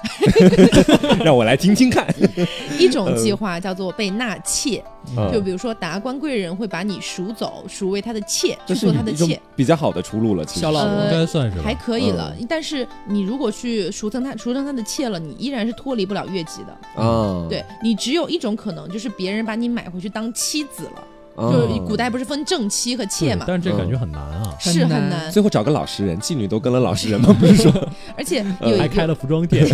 让我来听听 看。
一种计划叫做被纳妾，
嗯
就比如说达官贵人会把你赎走，赎为他的妾，
这
去
是
做他
一
的
一种
妾。
比较好的出路了，其实
小老
呃
应该算是吧
还可以了，但是你如果去赎成他赎成他的妾了，你依然是脱离不了越级的。
啊，
嗯对你只有一种可能，就是别人把你买回去当妻子了。
啊，
就是古代不是分正妻和妾
对
嘛，嗯
但是这感觉很难啊。
是
很
很
难
难。
最后找个老实人，妓女都跟了老实人吗？不是说
而且有
还
一
开
个，
了服装店，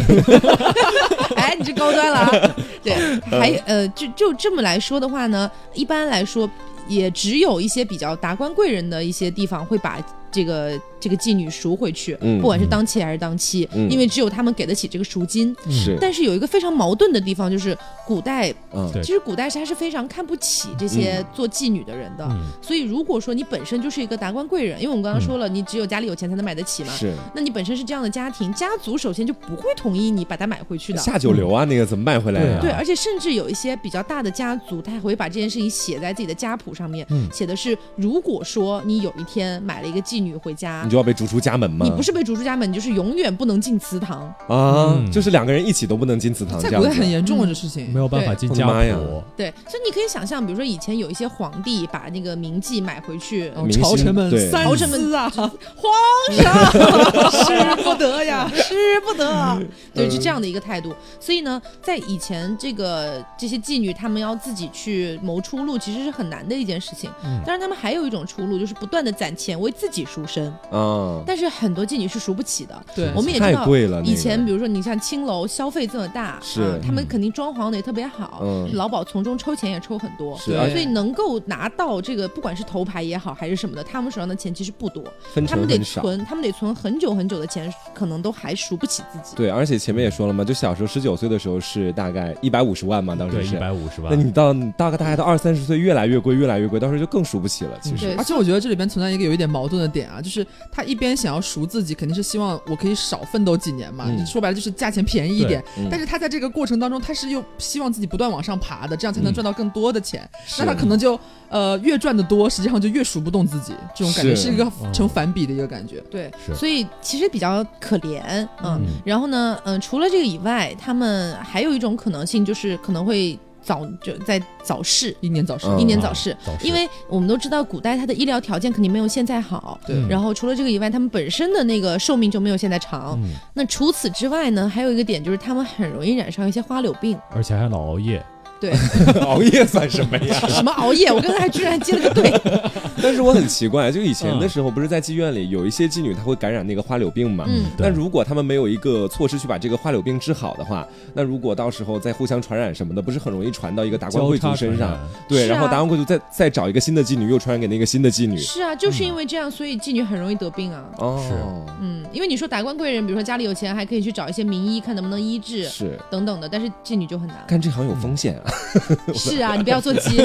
哎，你这高端了啊。对，
嗯
还有呃，就就这么来说的话呢，一般来说也只有一些比较达官贵人的一些地方会把。这个这个妓女赎回去，
嗯
不管是当妾还是当妻，
嗯
因为只有他们给得起这个赎金。
嗯
是，
但是有一个非常矛盾的地方，就是古代
嗯
对
其实古代是他是非常看不起这些做妓女的人的。
嗯
所以如果说你本身就是一个达官贵人，因为我们刚刚说了，你只有家里有钱才能买得起嘛，
嗯是
那你本身是这样的家庭，家族首先就不会同意你把它买回去的。
下九流啊，那个怎么卖回来呀？
啊
对，而啊且甚至有一些比较大的家族，他还会把这件事情写在自己的家谱上面，
嗯
写的是如果说你有一天买了一个妓女回家
嗯
你，就要被逐出家门吗？
你不是被逐出家门，你就是永远不能进祠堂。
啊，
嗯
就是两个人一起都不能进祠堂，
在
哦这样
古代
子
很严重啊，
嗯
这事情
没有办法进
我的
家
妈呀
谱，
对，所以你可以想象，比如说以前有一些皇帝把那个名妓买回去，
哦
嗯
明星
朝臣们
对
三
朝臣们
思啊，
皇上
使不得呀。
吃不 得，
嗯
对，是这样的一个态度。所以呢，在以前这个这些妓女，她们要自己去谋出路，其实是很难的一件事情。
嗯
当然，她们还有一种出路，就是不断的攒钱为自己赎身。
啊啊，
但是很多妓女是赎不起的。
对
我们也知
太
道
贵啊了，那个
以前比如说你像青楼消费这么大，
是
啊他们肯定装潢的也特别好，
嗯
劳保从中抽钱也抽很多。
是
对
而
所以能够拿到这个，不管是头牌也好，还是什么的，他们手上的钱其实不多，
分
他们
成
得
很少。
存，他们得存很久很久的钱，可能都还赎不起自己。
对，而且前面也说了嘛，就小时候十九岁的时候是大概一百五十万嘛，当时
对，一
是。
百五十万
那。你到你大概大概到二三十岁，越来越贵，越来越贵，到时候就更数不起了。其实，
对
而且我觉得这里边存在一个有一点矛盾的点啊，就是他一边想要赎自己，肯定是希望我可以少奋斗几年嘛，
嗯
就说白了就是价钱便宜一点。
嗯
但是他在这个过程当中，他是又希望自己不断往上爬的，这样才能
嗯
赚到更多的钱。
是
那他可能就呃越赚的多，实际上就越数不动自己，这种感
是
觉
嗯
是一个
哦
成反比的一个感觉。
对，
是
所以其实比较可怜，嗯。
嗯
然后呢，嗯、除了这个以外，他们还有一种可能性，就是可能会早就在早逝，
英年早逝，
嗯
英年早逝。
早逝
因为我们都知道，古代它的医疗条件肯定没有现在好。
对
嗯
然后除了这个以外，他们本身的那个寿命就没有现在长。
嗯，
那除此之外呢，还有一个点就是他们很容易染上一些花柳病。
而且还老熬夜，
对，
熬夜算什么呀？
什么熬夜，我刚才还居然接了个对。
但是我很奇怪，就以前的时候，不是在妓院里有一些妓女她会感染那个花柳病嘛？
嗯
那
对
如果他们没有一个措施去把这个花柳病治好的话，那如果到时候再互相传染什么的，不是很容易传到一个达官
交
贵
叉
族身
传
上？
染，
对，
是啊
然后达官贵族再再找一个新的妓女，又传染给那个新的妓女。
是啊，就是因为这样，所以妓女很容易得病啊。
哦，
嗯，因为你说达官贵人，比如说家里有钱，还可以去找一些名医看能不能医治
是。
等等的，但是妓女就很 难。
干这行有风险啊，
是啊，你不要做鸡。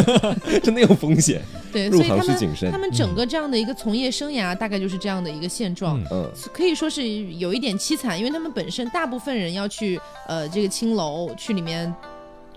真的有风险。
对，嗯
入
所以他
行需
们
谨慎
他。们整个这样的一个从业生涯，大概就是这样的一个现状。
嗯
嗯，
可以说是有一点凄惨，因为他们本身大部分人要去呃这个青楼去里面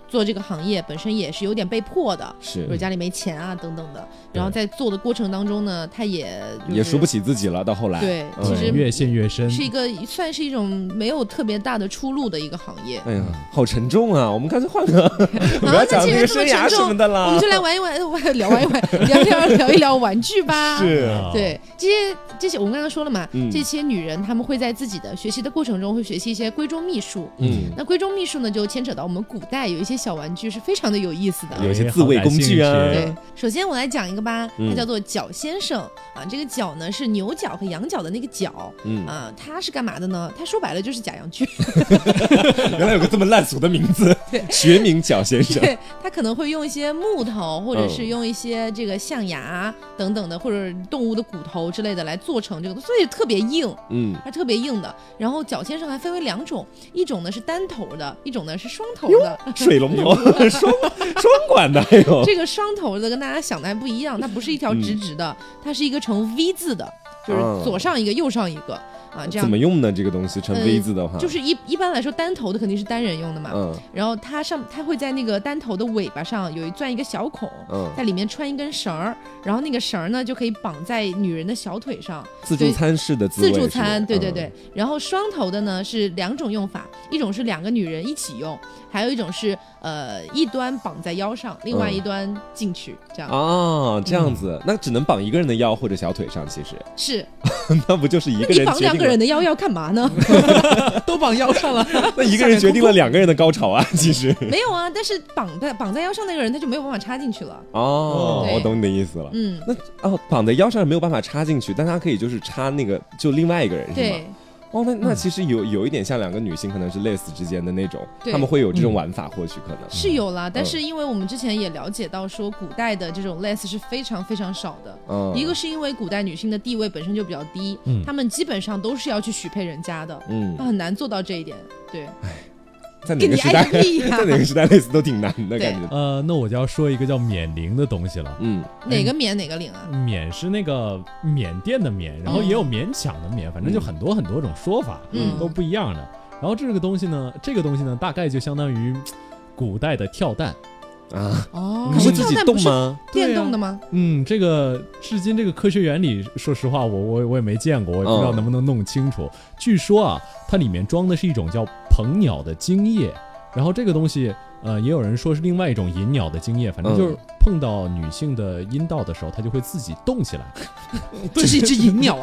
做这个行业，本身也是有点被迫的，
是
比如，家里没钱啊等等的。
对
然后在做的过程当中呢，他也、就是、
也赎不起自己了。到后来，
对，
嗯
其
对
实
越陷越深，
是一个算是一种没有特别大的出路的一个行 业。
哎呀，好沉重啊！我们干脆换 个， 不要讲
那既
这
然这
个生
么
涯
沉
什么
重，
的
我
啦
们就。来玩一玩，玩聊玩一玩，聊聊聊一聊玩具吧。
是
啊
对这些这些，我们刚刚说了嘛，
嗯
这些女人她们会在自己的学习的过程中会学习一些闺中秘术。
嗯，
那闺中秘术呢，就牵扯到我们古代有一些小玩具是非常的有意思的。
有一些自卫工具啊
嗯哎好感
对，
兴
首先我来讲一个吧，
嗯
它叫做角先生、啊，这个角呢是牛角和羊角的那个角。
嗯，
啊，它是干嘛的呢？它说白了就是假洋 具，
原来有个这么烂俗的名字，学名角先生。
对，它可能会用一些木头，或者
嗯
是用一些这个象牙等等的，或者动物的骨头之类的来做成这个，所以特别硬。
嗯，
它特别硬的。然后角先生还分为两种，一种呢是单头的，一种呢是双头的。
水 龙头双双管的，哎呦，
这个双头的跟大家想的还不一样，它不是一条直直的，它是一个呈 V 字的，就是
啊
左上一个，右上一个啊，这
怎
样
么。用呢？这个东西成
呃
V 字的话，
就是一一般来说，单头的肯定是单人用的嘛。
嗯
然后它上，它会在那个单头的尾巴上有一钻一个小孔，
嗯，
在里面穿一根绳儿，然后那个绳儿呢就可以绑在女人的小腿上，
自助餐式的
自
卫
助
是嗯
餐，
吧
对对对。，然后双头的呢是两种用法，一种是两个女人一起用，还有一种是呃一端绑在腰上，另外
嗯
一端进去，这样、
啊，这样
嗯
子，那只能绑一个人的腰或者小腿上，其实
是。
那不就是一
那
个
你
人
绑
决
两
定
个
了嗯
人，的腰要干嘛呢？
都绑腰上了， 哦
那一个人决定了两个人的 高潮啊，其实。
没有啊，但是绑在绑在腰上那个人他就没有办法插进去了。
哦，
对
我懂你的意思了。
嗯，
那哦，绑在腰上是没有办法插进去，但它可以就是插那个就另外一个人是吗？
对
哦，那
嗯
那其实有有一点像两个女性可能是类似之间的那种，
对
他们会有这种玩法，或许可能
是有
嗯
啦，但是因为我们之前也了解到说，古代的这种 less 是非常非常少的。
嗯，
一个是因为古代女性的地位本身就比较低，
嗯
她们基本上都是要去许配人家的，
嗯哎
她，很难做到这一点。对，
在哪
啊给
个
你
时
挨
代
个，屁呀、
在哪个时代类似都挺难的
对
感觉。
呃，那我就要说一个叫缅铃的东西了。
嗯，
哪个免哪个领啊？
缅是那个缅甸的缅，然后也有勉强的勉，反
嗯
正就很多很多种说法，
嗯
都不一样的。然后这个东西呢，这个东西呢，大概就相当于嘖古代的跳蛋。
啊，
哦
可
会
是
自己
跳蛋
动
不是
吗？
对啊
电动的吗？
嗯，这个至今这个科学原理，说实话，我我我也没见过，我也不知道
嗯
能不能弄清楚。据说啊，它里面装的是一种叫鹏鸟的精液，然后这个东西，呃，也有人说是另外一种银鸟的精液，反正就是
嗯
碰到女性的阴道的时候，它就会自己动起来。
这是一只银鸟，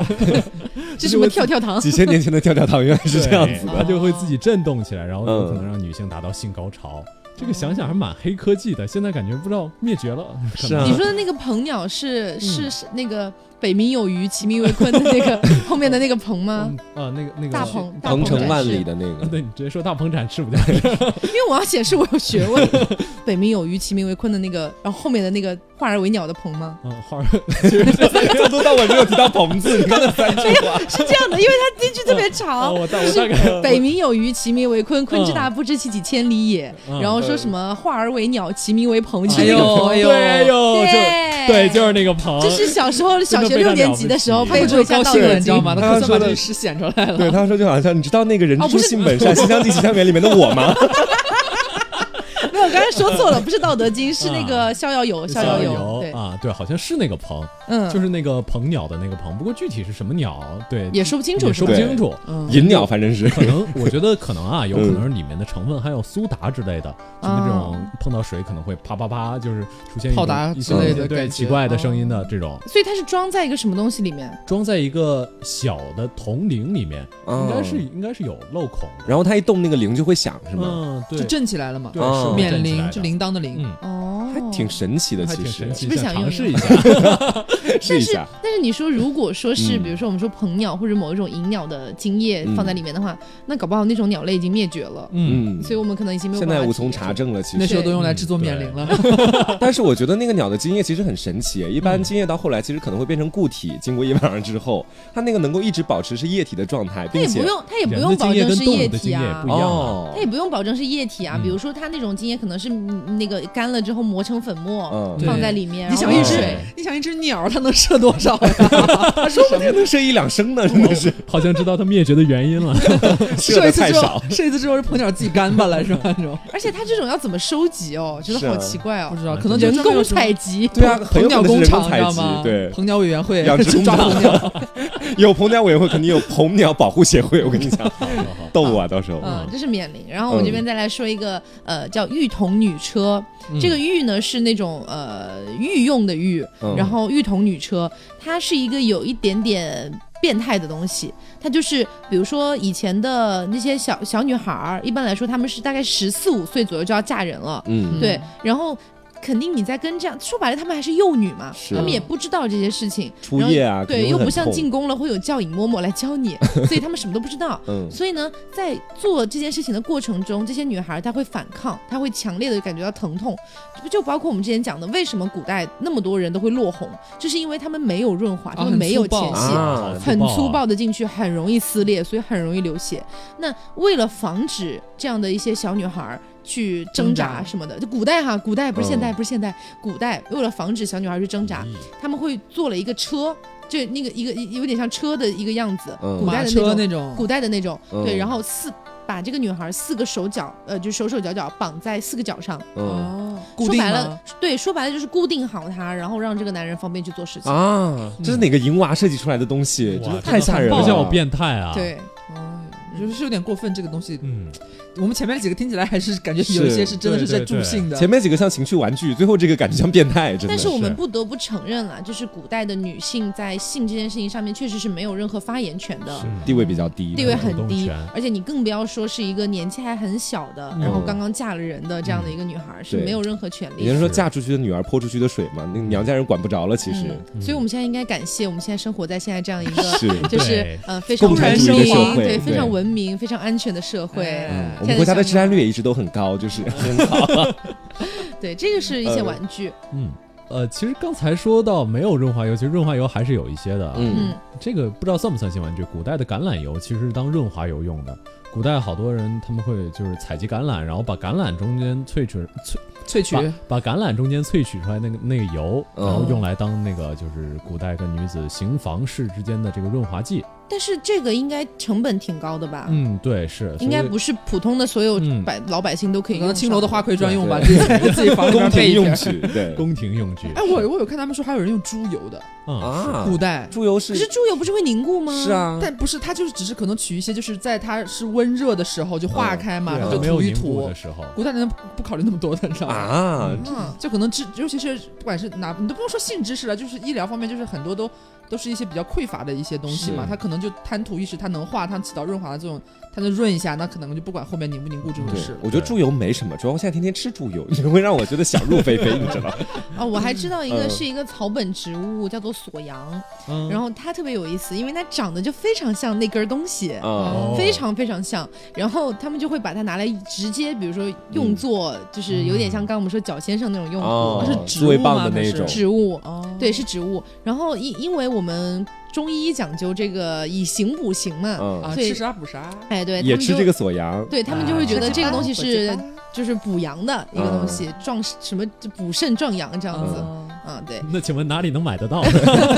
这什么跳跳糖？
几千 年前的跳跳糖原来是这样子
对
的。
它就会自己震动起来，然后有可能
嗯
让女性达到性高潮。这个想想还蛮黑科技的，现在感觉不知道灭绝了。可
是啊
能
你说的那个鹏鸟
嗯
是是是那个北冥有鱼，其名为鲲的那个 后面的那个鹏吗
嗯？啊，那个那个
大鹏大
鹏
鹏
程
展
万
翅
里的那个
啊，，对你直接说大鹏展翅不就？
因为我要显示我有学问。北冥有鱼，其名为鲲的那个，然后后面的那个化而为鸟的鹏 吗？
嗯，花儿
这都但我没有提到 鹏字，你看那三句话，
是这样的，因为它这句特别
啊，
长。
我大
就
我
是
大概
北冥有鱼，其名为鲲。鲲之
嗯
大，不知其几千里也。
嗯
然后说什么化而为鸟，其名为鹏，就是
哎
那
呦
个鹏。
哎
对
呦
哎呦，就对，就是那个鹏，
这是小时候小
真的
学
非
六
常
年
了
级
不
的时候
起
他
背
们
过
就
一下
高
《道
兴
德
了，你知
经
道》。吗？
他
他算
说
把
的
这诗显出来了。
对，他说就好像你知道那个人哦
哦
之初
不是
性本善，《西厢记》《西厢园》里面的我 吗？
没有，我刚才说错了，不是《道德经》，是那个《逍遥游》。逍
逍遥
游，对，
啊，对，好像是那个鹏，
嗯，
就是那个鹏鸟的那个鹏，不过具体是什么鸟，对，
也说不清楚，
也
是
说
吧
不
吧
清楚。
嗯，
银鸟反正是，
可能我觉得可能啊，有可
嗯
能是里面的成分还有苏打之类的，就那种碰到水可能会啪啪啪，就是出现一
泡
种
打
一
之
些
类
的
对
感
奇
觉
怪的
哦
声音的这种，
所以它是装在一个什么东西里面？
装在一个小的铜铃里面，应该是
哦
应该是有漏孔的，
然后他一动那个铃就会响，是
哦
吗？
嗯，对
就，震起来了嘛，
对，
哦
是会
免
震起来
铃
的
就铃铛的铃。
嗯，
哦，
还挺。神奇的，
还
其
挺
实
神奇
是不
的，
是
想
想用
尝试一
用
下。
试一
是
下，
但是你说，如果说是，
嗯
比如说我们说鹏鸟或者某一种银鸟的精液
嗯
放在里面的话，那搞不好那种鸟类已经灭绝了，
嗯，
嗯，
所以我们可能已经没有
现
办法
在
体验。
无从查证了，其
那
实。
时候都用来制作
对
免铃了，
但是我觉得那个鸟的精液其实很神奇，一般
嗯
精液到后来其实可能会变成固体，经过一晚上之后，它那个能够一直保持是液体的状态，
它
并
也
且
不用，它也不
人
用
的
保
精液
证
跟
是
动
液
物的
体
精液
啊
不一，样啊。
哦
它，也不用保证是液体啊。
嗯
比如说，它那种精液可能是嗯那个干了之后磨成粉末，
嗯
放
对
在里面，
你
然
想
后
一
用
哦
只
水，
你想一只鸟，它能射多 少 呀？它说不定
这能射一两升呢，真 的是
好像知道它灭绝的原因了。
射
射一
的
次
太
之
少
后，，射一次之后是鹏鸟自己干巴了，是吧？那种
而且它这种要怎么收集哦？觉
是
得
啊
好奇怪哦
不，知道，
嗯
可能就
人
真的
工
有什么
采集。
对啊，很
鹏
有
鸟
可能是
工
人工
厂，
采
知道
集
吗？，
对，
鹏鸟委员会
养殖工
抓
厂
鹏鸟，
有鹏鸟委员会，肯定有鹏鸟保护协会，我跟你讲，
好好
逗我啊，到时候，
嗯，这是免铃。然后我这边再来说一个，呃，叫玉童女车。
嗯
这个玉呢是那种呃御用的玉，
嗯
然后玉童女车，它是一个有一点点。变态的东西，它就是比如说以前的那些小小女孩儿，一般来说她们是大概十四五岁左右就要嫁人了，
嗯，
对，然后肯定你在跟这样说白了，她们还是幼女嘛，
嗯是
她们也不知道这些事情，
初夜啊，肯
对，
定
又
会
不
很
像
痛
进宫了会有教引嬷嬷来教你，所以她们什么都不知道。
嗯
所以呢，在做这件事情的过程中，这些女孩她会反抗，她会强烈的感觉到疼痛，就就包括我们之前讲的，为什么古代那么多人都会落红，就是因为她们没有润滑，她们
很
没有
粗暴
前戏，
啊
很粗
啊。
暴的进去，很容易撕裂，所以很容易流血。那为了防止这样的一些小女孩儿去挣
挣
扎
扎
什么的，就古代哈，古代不是现代，
嗯
不是现代，古代为了防止小女孩去挣
嗯
扎，他们会做了一个车，就那个一个有点像车的一个样子，
嗯
古代
马
的
车
种
那种，
古代的那种，
嗯
对，然后四把这个女孩四个手脚，呃，就手手脚脚绑在四个脚上，
嗯
哦，固
说
定
白
吗
了？，对，说白了就是固定好她，然后让这个男人方便去做事情。
啊，这是哪个银娃设计出来的东西？
哇
真的
这
太
个
吓
很
人
暴
不
了，
像我变态啊。，
对，嗯
哦，我觉得是有点过分，这个东西，
嗯，
我们前面几个听起来还是感觉有一些是真的是在助兴的。
前面几个像情趣玩具，最后这个感觉像变态，真的
但是我
是
们不得不承认了，就是古代的女性在性这件事情上面确实是没有任何发言权的，
地位比较低，嗯
地位
主
很
动
低
权，
而且你更不要说是一个年纪还很小的，
嗯
然后刚刚嫁了人的这样的一个女孩、是
对
没有任何权利
人家
的。
说
是
嫁出去的女儿泼出去的水嘛，那个娘家人管不着了，其实
嗯，所以我们现在应该感谢我们现在生活在现在这样一 个
是。
就是
对
呃非常
共
产
文
主义的社
明，
会
对非常
对
文明、非常安全的社会。
哎
嗯我们国家的治安率也一直都很高，就是很好。
对，这个是一些
呃
玩具，
嗯，呃，其实刚才说到没有润滑油，其实润滑油还是有一些的啊。
嗯
嗯，
这个不知道算不算性玩具？古代的橄榄油其实是当润滑油用的。古代好多人他们会就是采集橄榄，然后把橄榄中间萃取萃
萃取，
把把橄榄中间萃取出来那个那个油，
嗯
然后用来当那个就是古代跟女子行房事之间的这个润滑剂。
但是这个应该成本挺高的吧？
嗯，对，是
应该。不是普通的所有
嗯
百老百姓都可以
可
用
能
上。
青楼的花魁专用吧，
对
自 己自己房里
宫
边
廷
备一瓶
用。具，对
宫廷用具。
哎，我我有看他们说还有人用猪油的，
嗯
啊，
古代，
猪油
可
是
是猪油不是会凝固吗？
是，啊，
但不是，它就是只是可能取一些，就是在它是温热的时候就化开嘛，
嗯对
然
啊
后就
没有
涂一
凝固
涂
的。时候，
古代人不考虑那么多的，你知道吗？
啊，
嗯，
就可能知，尤其是不管是哪，你都不用说性知识了，就是医疗方面，就是很多都都是一些比较匮乏的一些东西嘛，
是
它可能就贪图一时，它能化，它起到润滑的作用，它就润一下，那可能就不管后面凝不凝固这种事
对
了，。
我觉得猪油没什么，主要我现在天天吃猪油，你会让我觉得想入非非，你知道？
哦，我还知道一
嗯
个是一个草本植物，叫做锁阳，
嗯
然后它特别有意思，因为它长得就非常像那根儿东西，
啊，
哦
非常非常像。然后他们就会把它拿来直接，比如说用作，就是有点像刚刚我们说脚先生那种用途，
哦
是
植
作为
物
棒
吗
的
那
那
是
种，
植物。
哦，
对，是植物。然后因因为我们中医讲究这个以形补形嘛，
嗯，
啊，
对
吃啥补啥，
哎，对，
也
他们
吃
就
这个，锁阳，
对他们就会觉得这个东西是
火啊鸡巴
就是补阳的一个东西，
嗯
壮什么就补肾壮阳这样子。嗯
嗯
对
那请问哪里能买得到？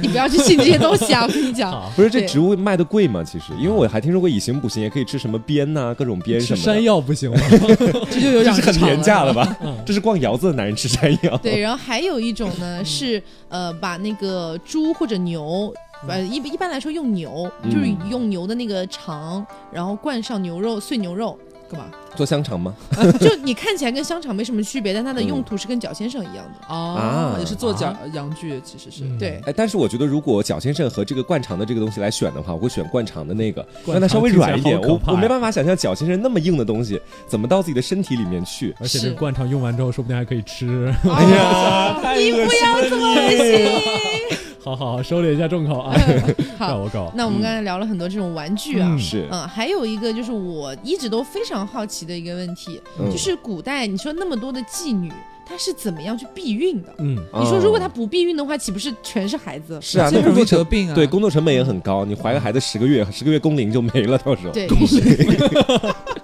你不要去信这些东西啊！我跟你讲，
好
不是这
对
植物卖的贵吗？其实，因为我还听说过以形补形，也可以吃什么鞭呐、各种鞭
吃
什么
山
的，
药不行吗？
这就有
这
点
是很廉价了吧？
嗯
这是逛窑子的男人吃山药。
对，然后还有一种
嗯
呢是呃，把那个猪或者牛。呃，一一般来说用牛，就是
嗯
用牛的那个肠，然后灌上牛肉碎牛肉，干嘛？
做香肠吗？
就你看起来跟香肠没什么区别，但它的
嗯
用途是跟脚先生一样的。
哦
啊，
也是做
啊
羊羊具，其实是
嗯
对，
哎，但是我觉得如果绞先生和这个灌肠的这个东西来选的话，我会选灌肠的那个，
灌
让它稍微
肠听起来
软一点。
好
我
可怕
我
呀
没办法想象绞先生那么硬的东西怎么到自己的身体里面去。
而且这
是
灌肠用完之后，说不定还可以吃。
哎
呀太
你不
恶心
要这么恶心。
好好好，收敛一下重口啊， 让我搞。
那我们刚才聊了很多这种玩具啊
嗯，
是，
嗯，还有一个就是我一直都非常好奇的一个问题，
嗯
就是古代你说那么多的妓女，她是怎么样去避孕的？
嗯，
哦
你说如果她不避孕的话，岂不是全是孩子？
是啊，
这
那
容
工
易
作成
得病啊。
对工作成本也很高，你怀个孩子十个月，十个月工龄就没了，到时候。
对，于是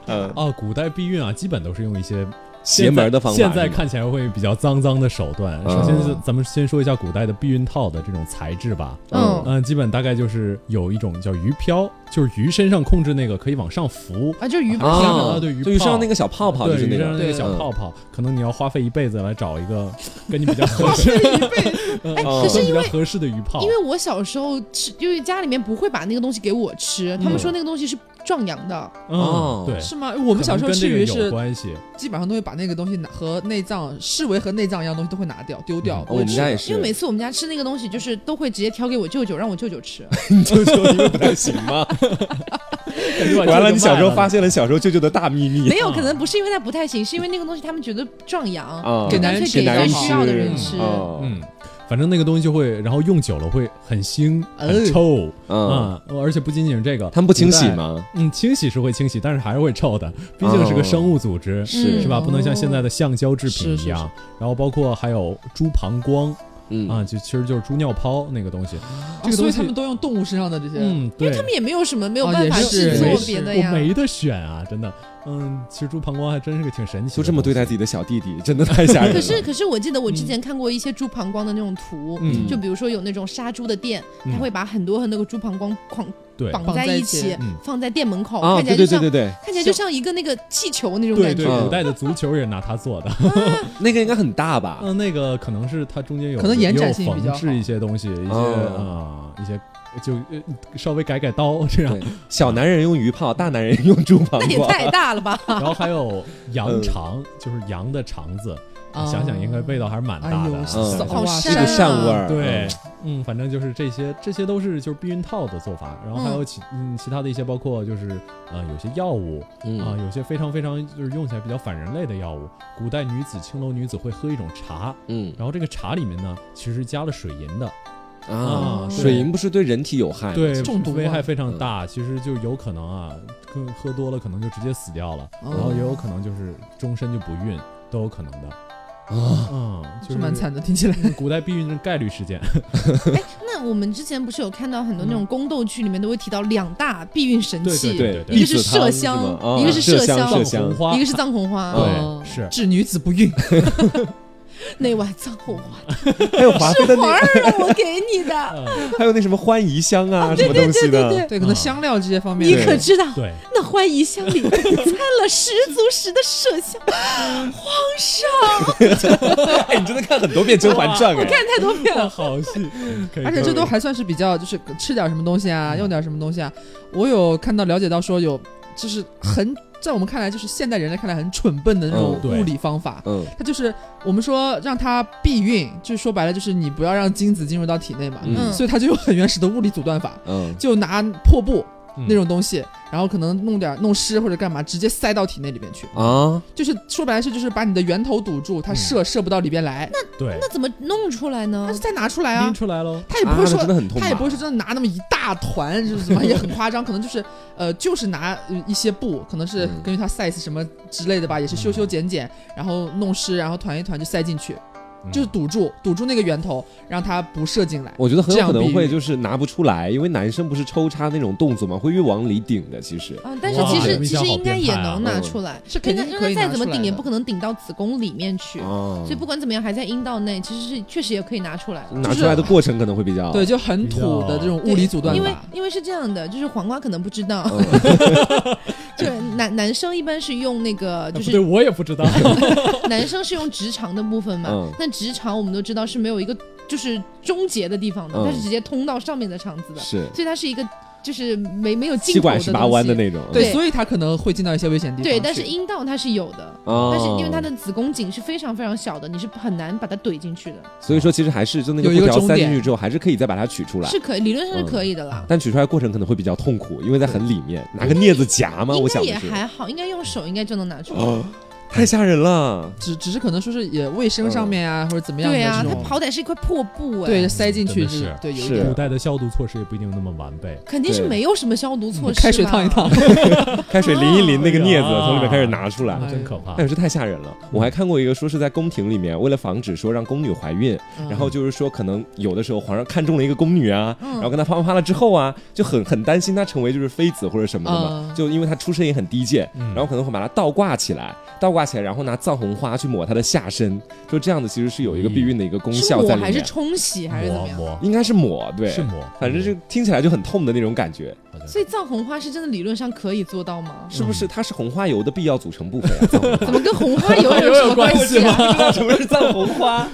嗯，
哦，古代避孕啊，基本都是用一些
邪门的方法是
现
吗。
在看起来会比较脏脏的手段。
嗯
首先是咱们先说一下古代的避孕套的这种材质吧。
嗯
嗯，基本大概就是有一种叫鱼漂，就是鱼身上控制那个可以往上浮，
啊，就是鱼泡
啊，
啊对鱼
就鱼身
泡
上那个小泡泡，就
对，
是那
鱼身上
个。
那个
对
小
嗯
泡泡，可能你要花费一辈子来找一个跟你 比较合适， 嗯
哎
哦
可是
比
因
较
为。
合适的鱼泡
因。为我小时候吃，因为家里面不会把那个东西给我吃，他们说那个东西是壮阳的，
嗯
哦，
对，
是吗？哎我们小时候
可能
吃
跟这
鱼
个
是
有 关系。
基本上都会把那个东西拿和内脏视为和内脏一样的东西都会拿掉丢掉啊
我
嗯。
们家也
因
是
为，每次我们家吃那个东西，就是都会直接挑给我舅舅，让我舅舅吃。
你舅舅因为不太行吗？ 完了，你小时候发现了小时候舅舅的大秘密
没有，可能不是因为它不太行，是因为那个东西他们觉得壮阳，
啊！
给
干
男人
脆
吃
给
男人
需要的人
吃
吃。
哦
嗯，反正那个东西就会，然后用久了会很腥、很
呃
臭
嗯，
啊、而且不仅仅是这个，
他们不清洗
古代？
吗？
嗯，清洗是会清洗，但是还是会臭的，毕竟是个生物组织，
嗯
是吧？不能像现在的橡胶制
是
品
是
一样。然后包括还有猪膀胱
嗯
啊，就其实就是猪尿泡那个东西。这个
哦所
东
以
西
他们都用动物身上的这些。
嗯，对，
他们也没有什么没有
哦
办法
也是
制
也
作
是
别的
我
呀。
没得选啊，真的。嗯，其实猪膀胱还真是个挺神奇的。
就这么对待自己。的小弟弟，真的太吓人了。
可是可是我记得我之前看过一些猪膀胱的那种图，
嗯
就比如说有那种杀猪的店，
嗯
他会把很多很多个猪膀胱绑
对
绑
绑在
一
一起
起
嗯，
放在店门口，
啊，
看起
对
来就
对对对
像
对，
看起来就像一个那个气球那种
对
感觉
对，。
嗯
古代的足球也拿它做的。
那个应该很大吧？
嗯，那个可能是它中间有
可能延展性
也有
比较
缝制
好
一些东西，一些
哦
啊、一些就呃稍微改改刀这样
对。小男人用鱼泡，大男人用猪膀
那也
胱。
太大了吧！
然后还有羊
嗯
肠，就是羊的肠子，
啊
嗯想想应该味道还是蛮大
哎
的
呦，
啊。
嗯
骚
好
哇
是
膻
个
啊
膻味儿，
对，嗯，反正就是这些，这些都是就是避孕套的做法，然后还有其嗯其他的一些，包括就是呃有些药物
嗯，
啊、
嗯，
有些非常非常就是用起来比较反人类的药物。古代女子青楼女子会喝一种茶，
嗯
然后这个茶里面呢其实加了水银的，
啊
啊，对
水银不是对人体有害？，
对，
中毒
危
啊
害非常大，其实就有可能啊，更喝多了可能就直接死掉了，
哦
然后也有可能就是终身就不孕，都有可能的。
啊，
嗯，就是
是蛮惨的，听起来。
嗯。古代避孕的概率事件，
哎，那我们之前不是有看到很多那种宫斗剧里面都会提到两大避孕神
对
器，
对
对，
一
个是
栗子汤
麝
是
香
吗啊
一个是
麝
麝香
麝
藏红
香，
花，
一个是藏红花，
哦
对 是
致女子不孕，
那碗藏红花
还有华妃 的
是皇
那，
儿让我给你 的，
嗯
还有那什么欢宜香啊，什么东西的，
对，可能香料这些方面，
你可知道
对，
那欢宜香里掺了十足十的麝 香，皇上
哎，你真的看很多遍《甄嬛传》哎，
看太多遍
哇
了。
好戏，可以
而且这
说
都还算是比较，就是
嗯
吃点什么东西啊，用点什么东西啊。我有看到了解到说有，就是很在我们看来就是现代人来看来很蠢笨的那种
嗯
对
物理方法。
嗯
它就是我们说让它避孕，就说白了就是你不要让精子进入到体内嘛，
嗯
所以它就有很原始的物理阻断法，
嗯
就拿破布
嗯
那种东西，然后可能弄点弄湿或者干嘛，直接塞到体内里面去，
啊，
就是说白了是就是把你的源头堵住，它射、射不到里边来，
对，
那怎么弄出来呢
但是？再拿出来啊
拎，出来喽。
他也不会
啊
说
那真的很痛吧，
他也不会说真的拿那么一大团，就是什么 也很夸张，可能就是呃，就是拿呃一些布，可能是
嗯
根据它 size 什么之类的吧，也是修修剪剪，然后弄湿，然后团一团就塞进去，
嗯
就是堵住堵住那个源头，让它不射进来。
我觉得很有可
这
能
样比喻
会就是拿不出来，因为男生不是抽插那种动作嘛，会越往里顶的。其实，
啊，但是
哇
其实
冰
其
箱
实
好
应该
变
也
态啊
能拿
嗯
出来，
是肯
那
定
让
可
它
以
再
拿
怎么
出来
顶也
的
不可能顶到子宫里面去，
哦
所以不管怎么样还在阴道内，其实是确实也可以拿出来
嗯
的。
拿出来的过程可能会比较
对，就很土的这种物理阻断
因为
法。
因为是这样的，就是黄瓜可能不知 道，
嗯
就是男男生一般是用那个
哎
啊就
不
是
对，我也不知道。
男生是用直肠的部分嘛
嗯，
但直肠我们都知道是没有一个就是终结的地方的，
嗯
它是直接通到上面的肠子的，
是
所以它是一个就是没没有尽
七
头的
拐十八弯的
东西。
那种。
对
所以它可能会进到一些危险地方去。
对，但是阴道它是有的，
哦
但是因为它，的子宫颈是非常非常小的，你是很难把它怼进去的，
所以说其实还是就那个
有一
布
个
条
终
塞
点
进去之后，还是可以再把它取出来。
是可以理论上
嗯
是可以的啦。
但取出来过程可能会比较痛苦，因为在很里面，拿个镊子夹吗？
应
我
该
想
也
的是。
还好，应该用手应该就能拿出来。
哦，太吓 人了！
只只是可能说是也卫生上面啊，或者怎么样的
对呀，
这
它
种，
好歹是一块破布哎，
对，塞进去
真的是
对有一
是
点
古代的消毒措施也不一定那么完备。
肯定是
对
没有什么消毒 措施。啊
开水烫一烫。，
开水淋一淋那个
哎
镊子，
啊
从里面开始拿出来。
那真可怕
哎，！是太吓人了！我还看过一个，说是在宫廷里面，为了防止说让宫女怀孕，
嗯
然后就是说可能有的时候皇上看中了一个宫女啊，
嗯
然后跟她啪啪啪了之后啊，就很很担心她成为就是妃子或者什么的嘛，
嗯
就因为她出身也很低贱，
嗯
然后可能会把她倒挂起来，倒挂起来，然后拿藏红花去抹她的下身，说这样子其实是有一个避孕的一个功
是
效在
抹
里
还是
面，
冲洗还是怎么
磨
样？
磨
应该是抹，对，
啊是磨，
反正就听起来就很痛的那种感觉，
好像
所以藏红花是真的理论上可以做到吗？
是不是？它是红花油的必要组成部分啊藏红花？
怎么跟红花油 有什么关系
有
啊？
不知道什么是藏红花，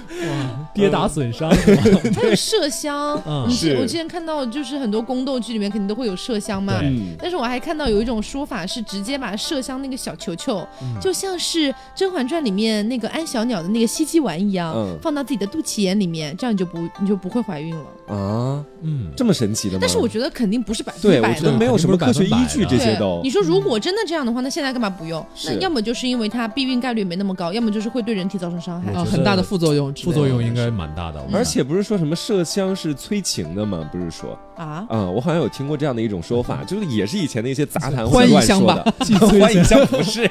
跌打损伤，
它有麝香，
嗯
你记
是
我之前看到就是很多宫斗剧里面肯定都会有麝香嘛。
对
嗯，
但是我还看到有一种说法是直接把麝香那个小球球，
嗯
就像是《甄嬛传》里面那个安小鸟的那个吸鸡丸一样，
嗯
放到自己的肚脐眼里面，这样你就不你就不会怀孕了。
啊，
嗯，
这么神奇的吗？
但是我觉得肯定不是百分
对，
之
我
百
觉
的
得。没有什么科学依据，这
对
些，都
你。说如果真的这样的话，那现在干嘛不用？那
是
要么就是因为它避孕概率没那么高，要么就是会对人体造成伤害。
我
啊
觉
很
得
大的副作用之类
副
的，
作用应该蛮大
嗯
的。我
而且不是说什么麝香是催情的吗？不是说
啊，
啊、我好像有听过这样的一种说
嗯
法，就是也是以前的一些杂谈
欢
会
宜
乱
香
说
吧
的。
既 催
欢
情
宜香不是，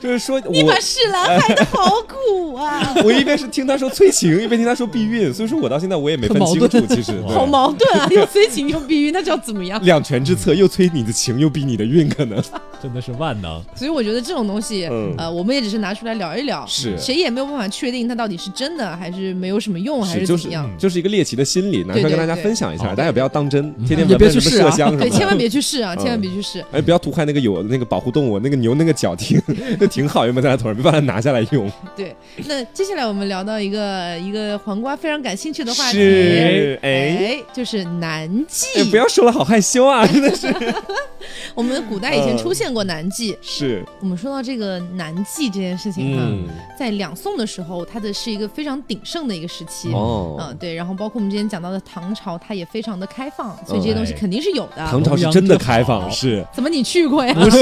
就是说
你把
我
侍郎害得好苦 啊，
我一边是听他说催情，一边听他说避孕，所以说我到现在我也没分
很矛
清
盾
楚，其实对
好矛盾
嗯
啊！又催情又避孕，那叫怎么样？
两全之策，又催你的情，又避你的孕，可能
真的是万能，
所以我觉得这种东西，
嗯
呃，我们也只是拿出来聊一聊，
是
谁也没有办法确定它到底是真的还是没有什么用，还
是
怎
就
么
是
样。
嗯
就是一个猎奇的心理，拿出来跟大家分享一下，大
对
家也不要当真，
嗯
天天
也别
闻什
去
么
试啊
麝香什么
对，
的，
千万别去试啊，
嗯
千万别去试。
哎，不要涂坏那个有那个保护动物，那个牛那个角挺 那挺好，原本在他头上，没把它拿下来用。
对，那接下来我们聊到一个一个黄瓜非常感兴趣的话题，
是，哎，
哎，就是男妓。
哎，不要说了，好害羞啊，真的是。
我们古代以前
嗯
出现过男妓。
是，
我们说到这个男妓这件事情哈、
嗯，
在两宋的时候，它的是一个非常鼎盛的一个时期。
哦
嗯，，对，然后包括我们之前讲到的唐朝，它也非常的开放，所以这些
嗯
东西
哎
肯定是有的。
唐朝是真的开
弘
放，
扬正
是。
怎么你去过呀？
不 是，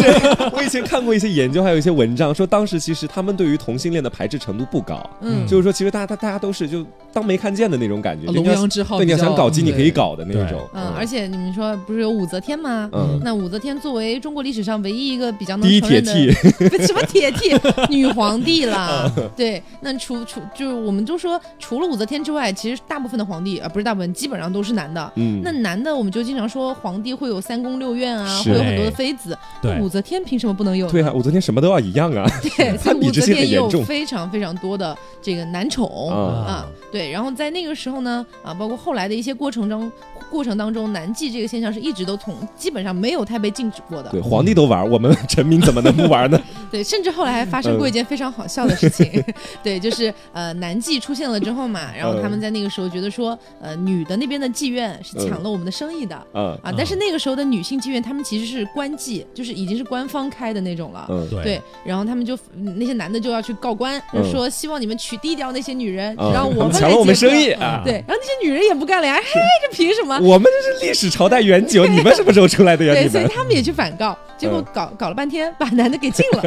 我以前看过一些研究，还有一些文章，说当时其实他们对于同性恋的排斥程度不高，
嗯，
就是说其实大家大大家都是就当没看见的那种感觉。
啊
就
龙
你要
阳之好
对，
比
你
较，
要想搞基，你可以
对
搞的那
对
种。
嗯，而且你们说不是有武则天吗？
嗯，
那武则天作为中国历史上唯一一个比较能
第一
承
铁嗯
认的
剃
不什么 铁剃女皇帝啦， 对，那除除就是我们就说除了武则天之外，其实大部分的皇帝啊、呃不是大部分，基本上都是男的。
嗯，
那男的我们就经常说皇帝会有三宫六院啊，
是哎
会有很多的妃子，
对
武则天凭什么不能有呢？
对啊，我昨天什么都要一样啊。
对，所以
比
武
之
则
前
天
很
也有
严重
非常非常多的这个男宠
啊
啊，对。然后在那个时候呢，啊，包括后来的一些过程中，过程当中，男妓这个现象是一直都从基本上没有太被禁止过的。
对，皇帝都玩，我们臣民怎么能不玩呢？
对，甚至后来还发生过
嗯
一件非常好笑的事情， 对，就是呃男妓出现了之后嘛，然后他
嗯
们在那个时候觉得说，呃女的那边的妓院是抢了我们的生意的。
嗯
啊，但是那个时候的女性妓院，他们其实是官妓，就是已经是官方开的那种了。
嗯
对
对，然后他们就嗯那些男的就要去告官，
嗯
就说希望你们取缔掉那些女人，
嗯，
让我
他
们
抢了我
来
们
接
生
管
意啊！
对，然后那些女人也不干了呀，嘿，这凭什么？
我们这是历史朝代远久，你们什么时候出来的呀？
嗯对，
你
所以
们
他们也去反告，结果
嗯
搞搞了半天，把男的给禁了。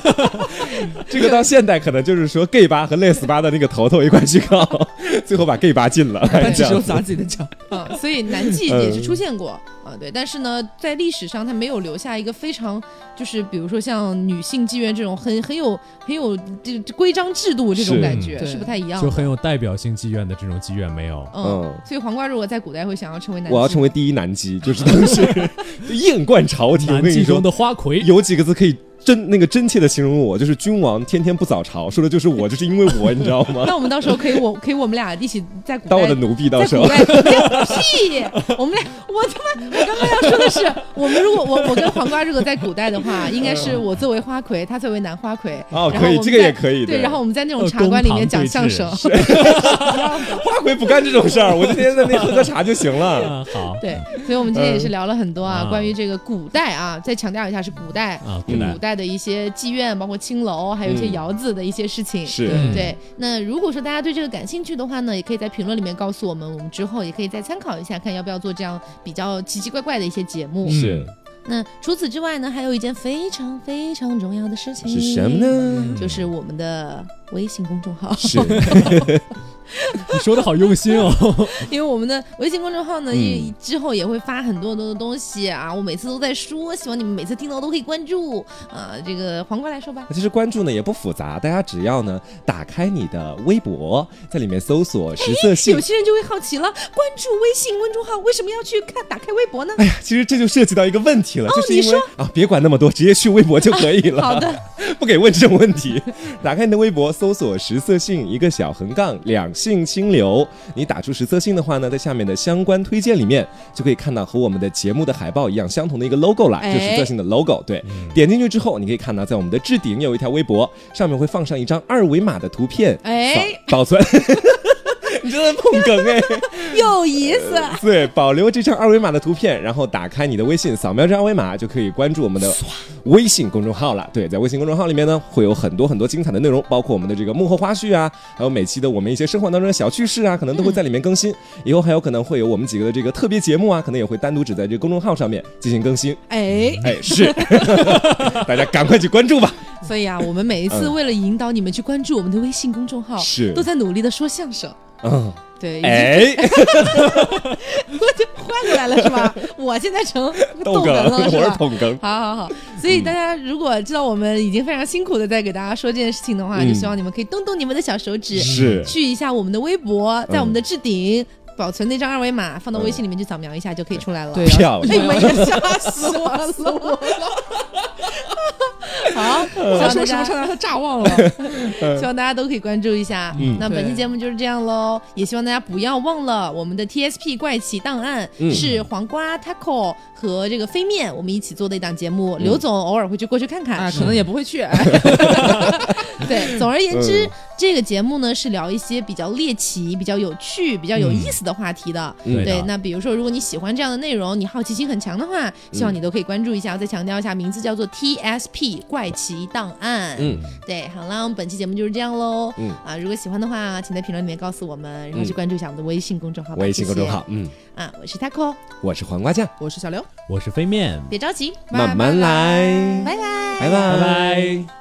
这个到现代可能就是说 gay 吧和类似吧的那个头头一块去搞，最后把 gay 吧禁了。
但
这
只
样
有
子
砸自己 的脚。
嗯，所以男妓也是出现过啊，对，但是呢，在历史上他没有留下一个非常就是比如说像女性妓院这种很很有很有这这规章制度这种
是
感觉
对
是不太一样的，
就很有代表性妓院的这种妓院没有。
嗯
嗯。
所以黄瓜如果在古代会想要成为男妓，
我要成为第一男妓，就是当时 艳冠朝廷。我
南
跟你
妓
说
中，的花魁，
有几个字可以真那个真切的形容我，就是君王天天不早朝，说的就是我，就是因为我，你知道 吗？
那我们到时候可以我可以我们俩一起在古代
当我的奴婢，到
在
时
古
候
代哎屁！我们俩，我他妈，我刚刚要说的是，我们如果我我跟黄瓜如果在古代的话，应该是我作为花魁，他作为男花魁。
哦，
然后
可以，
我们
这个
在
也可以。
对，然后我们在那种
呃
茶馆里面
公堂
讲
对
相
峙
呃
声，
花魁不干这种事儿，我就天天在那喝喝茶就行了。
啊，好，
对，所以我们今天也是聊了很多啊，
嗯
关于这个古代啊，再强调一下是古代，
啊，
就
古代
古代的一些妓院，包括青楼，还有一些
嗯
窑子的一些事情。
是，
嗯
对，那如果说大家对这个感兴趣的话呢，也可以在评论里面告诉我们，我们之后也可以再参考一下，看要不要做这样比较奇奇怪怪的一些节目。
嗯
是
那除此之外呢，还有一件非常非常重要的事情
是什么？呢？
就是我们的微信公众号，
是，
你说的好用心哦，
因为我们的微信公众号呢，
嗯
也之后也会发很多很多的东西啊。我每次都在说，希望你们每次听到都可以关注啊。这个黄瓜来说吧，
其实关注呢也不复杂，大家只要呢打开你的微博，在里面搜索“实色性
有些哎人就会好奇了，关注微信公众号为什么要去看打开微博 呢？”，
其实这就涉及到一个问题了，就是
哦你
因为啊，别管那么多，直接去微博就可以 了。
好的，
不给问这种问题。 打开你的微博，搜索“实色性”一个小横杠，两性清流。你打出“实色性”的话呢，在下面的相关推荐里面就可以看到和我们的节目的海报一样相同的一个 logo 啦，
哎嗯
就是“实色性”的 logo。对，点进去之后，你可以看到在我们的置顶有一条微博，上面会放上一张二维码的图片，
哎，
保保存。 你真的碰梗哎！
有意思。
对，保留这张二维码的图片，然后打开你的微信，扫描这二维码就可以关注我们的微信公众号了。对，在微信公众号里面呢，会有很多很多精彩的内容，包括我们的这个幕后花絮啊，还有每期的我们一些生活当中的小趣事啊，可能都会在里面更
嗯
新。以后还有可能会有我们几个的这个特别节目啊，可能也会单独只在这个公众号上面进行更新。
哎，
哎， 是，大家赶快去关注吧。
所以啊，我们每一次
嗯
为了引导你们去关注我们的微信公众号，
是
都在努力的说相声。
嗯，
对，已经
哎，
我就换过来了是吧？我现在成
逗
逗
梗，
哏了是
我是
吧？
捧哏。
好好好，所以大家如果知道我们已经非常辛苦的在给大家说这件事情的话，
嗯
就希望你们可以动动你们的小手指，
是
去一下我们的微博，在我们的置顶保存那张二维码，放到微信里面去扫描一下就可以出来了。
对
漂
哎，
亮，
我也吓死我了，死我了。好，希望
我嗯说
大
什么
家
差点让他炸忘了。
希望大家都可以关注一下。
嗯
那本期
对
节目就是这样喽，也希望大家不要忘了我们的 TSP 怪奇档案、
嗯
是黄瓜 taco 和这个飞面我们一起做的一档节目，
嗯
刘总偶尔会去过去看看。
啊，可能也不会去。
对，总而言之，
嗯
这个节目呢是聊一些比较猎奇、比较有趣、比较有意思的话题的。
嗯
对
对
的，
那比如说，如果你喜欢这样的内容，你好奇心很强的
嗯
话，希望你都可以关注一下。我再强调一下，名字叫做 TSP 怪奇档案。
嗯，
对，好啦，我们本期节目就是这样喽。
嗯
啊，如果喜欢的话，请在评论里面告诉我们，然后去
嗯
关注一下我们的微信公众号吧。
微信公众
谢
号，嗯，
谢啊，我是 taco，
我是黄瓜酱，
我是小刘，
我是飞面，
别着急，
慢慢来，
拜拜。
拜拜
拜拜。